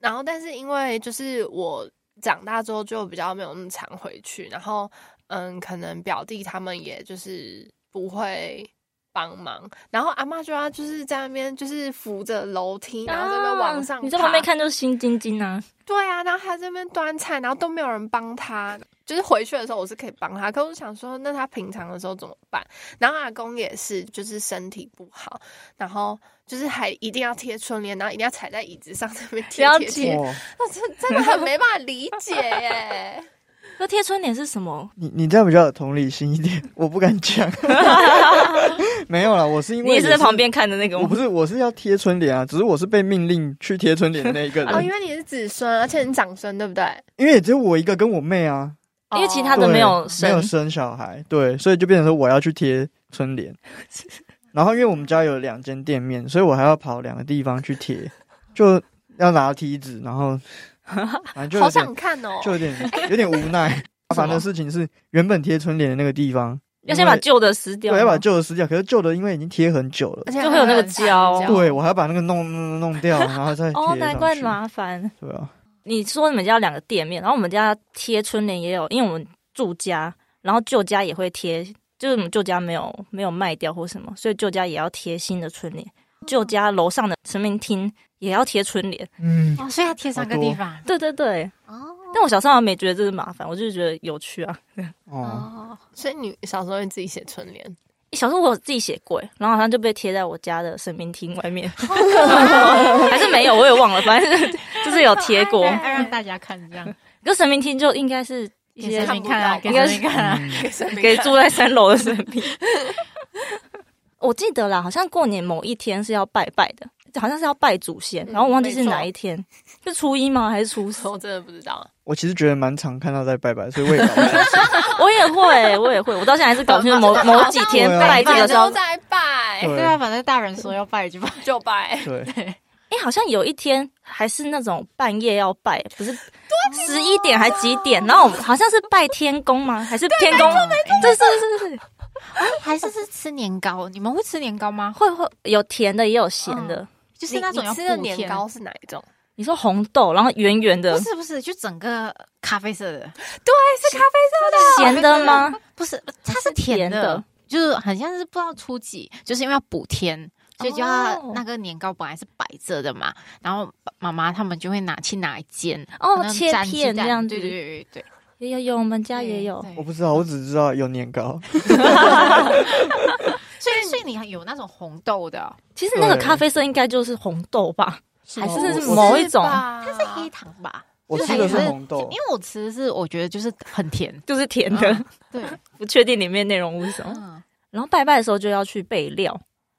B: 然后，但是因为就是我长大之后就比较没有那么常回去，然后嗯，可能表弟他们也就是不会帮忙，然后阿妈就要就是在那边就是扶着楼梯，然后这边往上、
A: 啊你在旁边，看就是心津津啊。
B: 对啊，然后还在那边端菜，然后都没有人帮他。就是回去的时候我是可以帮他，可我想说，那他平常的时候怎么办？然后阿公也是，就是身体不好，然后就是还一定要贴春联，然后一定要踩在椅子上 这边贴
A: 了
B: 贴
A: 解
B: 贴，
C: 哦，
B: 我真真的很没办法理解 耶。
A: 那贴春联是什么？
C: 你你这样比较有同理心一点，我不敢 讲。没有啦，我是因为
A: 你也是
C: 是
A: 在旁，边看的那个
C: 我
A: 吗
C: 不？是，我是要贴春联啊，只是我是被命令去贴春联的那一个
B: 哦，因
C: 人，
B: 为你是子孙，而且你长孙，对不对？哦
C: 因为也只有我一个跟我妹啊，
A: 因为其他
C: 对
A: 的没有
C: 没
A: 生，
C: 有生小孩，对，所以就变成说我要去贴春联。然后因为我们家有两间店面，所以我还要跑两个地方去 贴，就要拿梯子，然后反正就
B: 好
C: 有点
B: 想看哦。
C: 就有点有点无 奈。麻烦的事情是，原本贴春联的那个地方，
A: 要先把
C: 因为
A: 旧的撕掉
C: 对
A: 吗。
C: 要把旧的撕掉，可是旧的因为已经贴很久了
B: 而，且
A: 就会有那个胶
B: 还有
C: 对我还要把那个弄弄 弄掉，然后再贴
A: 哦，难怪
C: 上去
A: 麻烦。
C: 对啊，
A: 你说你们家有两个店面，然后我们家贴春联也有，因为我们住家，然后旧家也会贴，就是我们旧家没有没有卖掉或什么，所以旧家也要贴新的春联。旧家楼上的神明厅也要贴春联。
C: 嗯，
D: 哦，所以要贴三个地方
A: 对对对，
D: 哦
A: 但我小时候好像没觉得这是麻烦，我就觉得有趣啊。
C: 哦，
D: 哦，
B: 所以你小时候会自己写春 联，
A: 小时候我有自己写过，欸然后好像就被贴在我家的神明厅外面， 还是没有，我也忘了，反正 就是就是有贴过。
D: 要让大家看 这样，
A: 可是神明厅就应该是一
D: 给
A: 些
D: 神明看啊，
B: 应
D: 给
A: 该
D: 神
A: 是
D: 明看啊，
C: 嗯
B: 给神明
A: 给
B: 看
A: 住在三楼的神 明。我记得啦，好像过年某一天是要拜拜的，好像是要拜祖先，
B: 嗯
A: 然后我忘记是哪一天，是初一吗？还是初四？
B: 我真的不知道，
C: 我其实觉得蛮常看到在拜拜，所以我也搞不清楚
A: 我也会，欸我也会，我到现在还是搞不清楚 某某几天
C: 对啊
A: 拜这个
B: 拜
A: 时候
B: 都。在拜，
D: 对啊，反正大人说要拜就拜，
B: 就拜。
C: 对对，
A: 哎、好像有一天还是那种半夜要拜，不是
D: 啊
A: 十一点还几点？然后我们好像是拜天公吗？还是天公？这是是是是，
D: 还是是吃年糕？你们会吃年糕吗？
A: 会会有甜的也有咸的。
D: 嗯就是那种
B: 你
D: 要
B: 你吃的
D: 补
B: 年
D: 甜
B: 糕是哪一种？
A: 你说红豆，然后圆圆的
D: 不，是不是，就整个咖啡色的，
A: 咸的吗？
D: 不是，它是甜
A: 甜的
D: 的，就是很像是不知道初几，就是因为要补天，所以就要
A: 哦
D: 那个年糕本来是摆着的嘛，然后妈妈他们就会拿去拿一煎，
A: 哦
D: 可能
A: 切
D: 蘸
A: 片
D: 鸡蛋
A: 这样子
D: 对对对对对，
A: 也有有，我们家也
D: 对
A: 有。
D: 对
C: 我不知道，我只知道有年糕，
D: 所以所以你还有那种红豆的哦，
A: 其实那个
C: 对
A: 咖啡色应该就是红豆吧？ 还
C: 吗
A: 是这是
C: 我
A: 某一种
B: 它
D: 它是黑糖吧？
C: 我
D: 就是
C: 吃的是
D: 还有
C: 红豆
D: 因，为我吃的是我觉得就是很甜，嗯
A: 就是甜的，
D: 对，
A: 不确定里面内容物是什么。
D: 嗯，
A: 然后拜拜的时候就要去备料，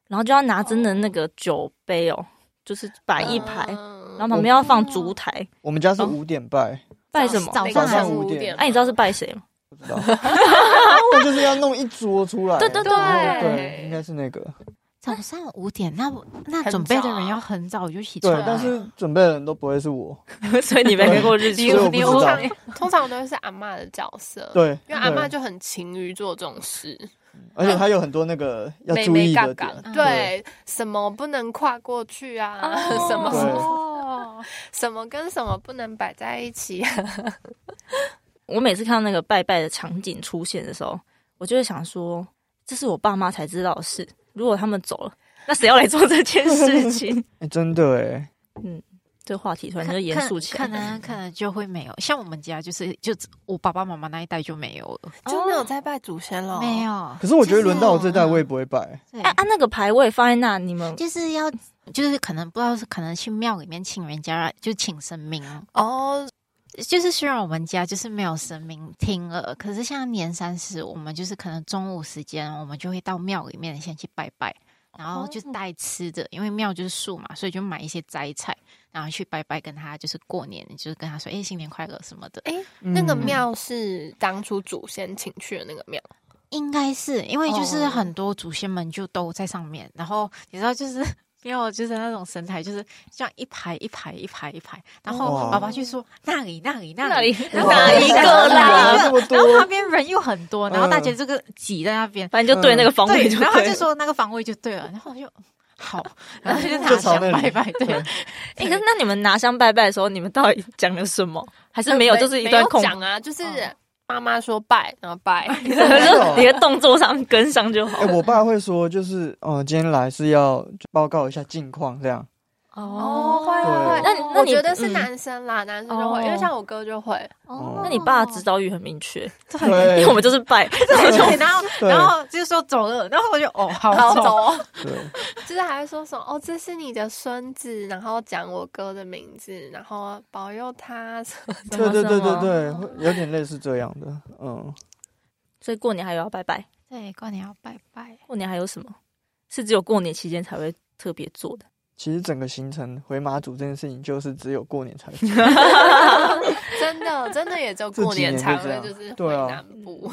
A: 然后就要拿真的那个酒杯哦，就是摆一排，
D: 嗯
A: 然后
B: 然
A: 旁边要放烛台，
C: 我们家是五点拜，
A: 拜什么？
D: 早
C: 早上
D: 上还
B: 上
D: 是
C: 五点
B: 点，啊
A: 哎、你知道是拜谁吗？
C: 不知道，那就是要弄一桌出来，
A: 对对对
C: 然后对，应该是那个，
D: 早上五点，那我那
B: 很
D: 准备的
B: 早啊
D: 人要很早就起
C: 对
D: 床了，，
C: 但是准备的人都不会是我，
A: 所以 你没看过日
C: 所以我
A: 出
C: 不知
D: 你
B: 通
C: 道
D: 我，
B: 常 通常都会是阿嬷的角色，，
C: 对，
B: 因为阿
C: 对
B: 嬷就很勤于做这种事。
C: 而且它有很多那个要
B: 妹
C: 注
B: 妹
C: 意
B: 杠
C: 的
B: 杠
A: 嗯
C: 点，，
B: 对，什么不能跨过去啊，
A: 哦
B: 什么
D: 哦，
B: 什么跟什么不能摆在一起啊，
A: 我每次看到那个拜拜的场景出现的时候，我就会想说，这是我爸妈才知道的事。 如果他们走了，那谁要来做这件事情？
C: 哎，真的哎，
A: 这个话题突然
D: 可
A: 就严肃起来
D: 可，可能可能啊就会没有。像我们家就是就只我爸爸妈妈那一代就没有了，
A: 哦
B: 就没有在拜祖先了，
D: 没。有。
C: 可是我觉得轮到我这代，
D: 就是
C: 我也不会拜。
D: 对
A: 啊啊，那个牌位放在那，你们
D: 就是要就是可能不知道是可能去庙里面请人家就请神明，
B: 哦，
D: 就是虽然我们家就是没有神明听了，可是像年三十，我们就是可能中午时间，我们就会到庙里面先去拜拜，然后
B: 哦
D: 就带吃的，因为庙就是树嘛，所以就买一些斋菜，然后去拜拜，跟他就是过年，就是跟他说，哎、新年快乐什么的。
B: 哎，那个
C: 嗯
B: 庙是当初祖先请去的那个庙，
D: 应该是因为就是
B: 哦
D: 很多祖先们就都在上面，然后你知道就是 庙就是那种神台，就是这样一排一排一排一排，然后
B: 哦
C: 哇
D: 爸爸就说那里那里那
A: 那
D: 里，
A: 里
D: 然后
A: 哪一个
C: 哇
A: 啦？
C: 这么
D: 然后旁
C: 多，
D: 边人又很多，然后
B: 嗯
D: 大家这个挤在那边，
A: 反正就对那个方
D: 对
A: 位，就
D: 然后他
A: 对
D: 就
A: 了。
D: 说那个方位就对了，然后我就好， 然后就拿
C: 就朝
D: 香
C: 那里
D: 拜拜，对，
A: 哎，可是那你们拿香拜拜的时候，你们到底讲了什么？还是没有？就是一段嗯
B: 没有
A: 空，
B: 讲啊，就是
D: 哦
B: 妈妈说拜，然后拜，
A: 就是你的动作上跟上就好
C: 哎、。我爸会说，就是，嗯、今天来是要报告一下近况，这样。
B: 哦，会
C: 对
B: 会会，
A: 那你那
B: 我
A: 你
B: 觉得是
A: 嗯
B: 男生啦，男生就
A: 哦
B: 会，因为像我哥就会，
C: 哦
A: 那你爸指导语很明确， 因
C: 对啊
A: 为我们就是 拜，然后就
D: 对，然后
C: 对
D: 然后就说走了，然后我就哦好
B: 然后
D: 走，
B: 走，
C: 对，
B: 就是还会说什么哦，这是你的孙子，然后讲我哥的名字，然后保佑他 什么的。
C: 对对对对
A: 对。
C: 对，会有点类似这样的，嗯，
A: 所以过年还有要拜拜，
D: 对，过年要拜拜，
A: 过年还有什么是只有过年期间才会特别做的？
C: 其实整个行程回马祖这件事情，就是只有过年才做
B: 真的真的也就
C: 这
B: 过
C: 几
B: 年
C: 年
B: 才
C: 就这
B: 会
C: 样
B: 就是回
C: 对啊
B: 南部，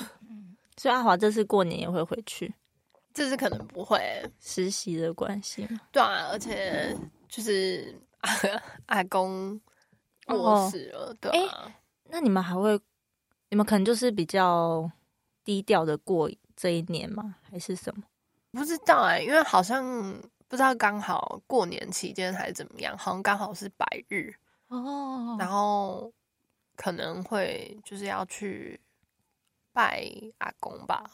A: 所以阿华这次过年也会回去
B: 这是可能不会，
A: 实习的关系嘛？
B: 对啊，而且就是、阿公过世了，对啊，
A: 那你们还会，你们可能就是比较低调的过这一年吗？还是什么？
B: 不知道哎、因为好像不知道刚好过年期间还是怎么样，好像刚好是百日，
A: 嗯
D: 哦
B: 然后可能会就是要去拜阿公吧，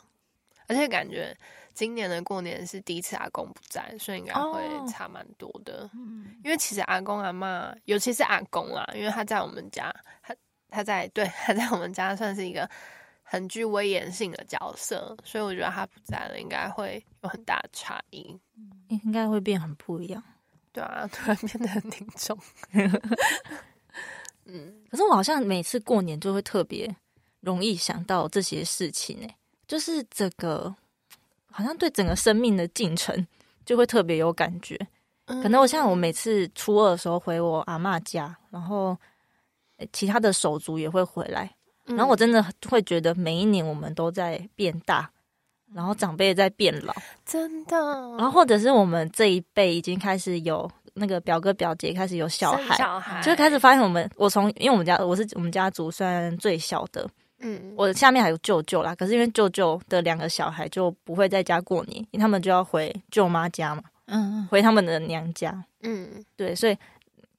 B: 而且感觉今年的过年是第一次阿公不在，所以应该
A: 哦
B: 会差蛮多的。
D: 嗯，
B: 因为其实阿公阿嬷，尤其是阿公啊，因为他在我们家，他他在对他在我们家算是一个很具威严性的角色，所以我觉得他不在了，应该会有很大的差异。
A: 应该会变很不一样。
B: 对啊， 突然变得很凝重。嗯，
A: 可是我好像每次过年就会特别容易想到这些事情诶、就是这个好像对整个生命的进程就会特别有感觉。
B: 嗯
A: 可能我像我每次初二的时候回我阿嬷家，然后呃其他的手足也会回来，
B: 嗯，
A: 然后我真的会觉得每一年我们都在变大，然后长辈在变老，
B: 真的，
A: 然后或者是我们这一辈已经开始有那个表哥表姐开始有小
B: 生
A: 孩。
B: 小孩
A: 就开始发现我们，我从因为我们家我是我们家族虽然最小的，
B: 嗯，
A: 我下面还有舅舅啦，可是因为舅舅的两个小孩就不会在家过年，因为他们就要回舅妈家嘛，
D: 嗯
A: 回他们的娘家，
B: 嗯
A: 对，所以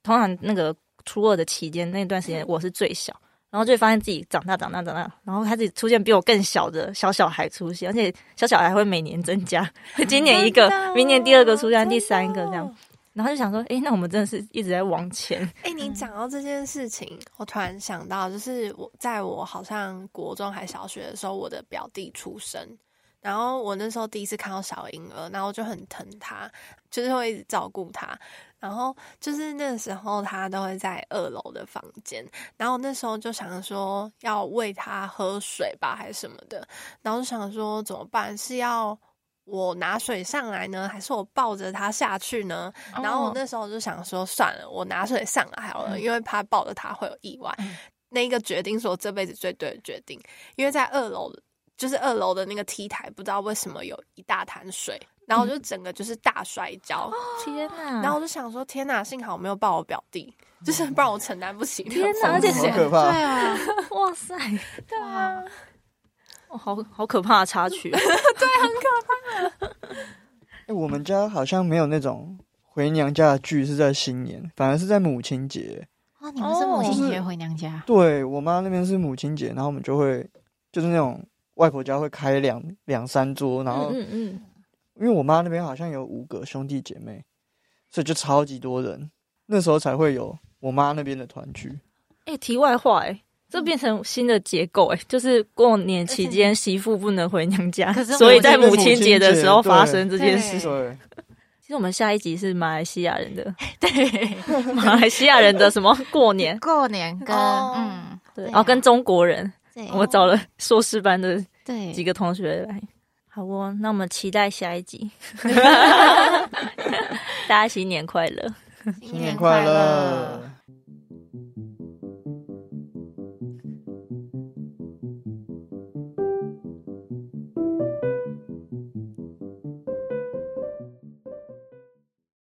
A: 通常那个初二的期间那段时间，我是最小，然后就会发现自己长大、长大、长大，然后开始出现比我更小的小小孩出现，而且小小孩会每年增加，今年一个，
B: 哦
A: 明年第二个出现，第三个这样。然后就想说，诶，那我们真的是一直在往前，
B: 哎、你讲到这件事情，我突然想到，就是我在我好像国中还小学的时候，我的表弟出生，然后我那时候第一次看到小婴儿，然后我就很疼他，就是会一直照顾他，然后就是那时候他都会在二楼的房间，然后那时候就想说要喂他喝水吧，还是什么的，然后就想说怎么办，是要。我拿水上来呢，还是我抱着他下去呢？
D: 嗯，
B: 然后我那时候就想说，算了，我拿水上来好了，
D: 嗯
B: 因为怕抱着它会有意外
D: 嗯。
B: 那一个决定是我这辈子最对的决定，因为在二楼，就是二楼的那个 T 台，不知道为什么有一大滩水，然后我就
D: 嗯
B: 整个就是大摔
D: 哦
B: 跤，
A: 天哪！
B: 哦然后我就想说，天哪，幸好我没有抱我表弟，就是不然我承担不起那个
A: 哦天哪
B: 风
A: 而且
B: 险
C: 好可怕。
D: 对啊，
A: 哇塞，
B: 对啊，
A: 哦、好好可怕的插曲哦，
C: 哎我们家好像没有那种回娘家的剧是在新年，反而是在母亲节。
D: 哦，你们是母
C: 就
D: 亲
C: 是
D: 节回娘家，
C: 对我妈那边是母亲节，然后我们就会就是那种外婆家会开两两三桌， 然后
A: 嗯嗯
C: 因为我妈那边好像有五个兄弟姐妹，所以就超级多人。那时候才会有我妈那边的团聚。
A: 哎、题外话、哎，这变成新的结构、哎，就是过年期间媳妇不能回娘家，
D: 可是
A: 所以在
C: 母
A: 母
C: 亲
A: 亲节
C: 节
A: 的时候
C: 对
A: 发生这件事。
D: 对
C: 对，
A: 其实我们下一集是马来西亚人 的，
D: 对，？
A: 马来西亚人的什么过年
D: 过年跟
B: 哦
D: 嗯，
A: 对，啊
D: 啊
A: 然后跟中国人，
D: 对
A: 我找了硕士班的
D: 对
A: 几个同学来。好哦，那我们期待下一 集，大家新年快乐！
C: 新年快乐！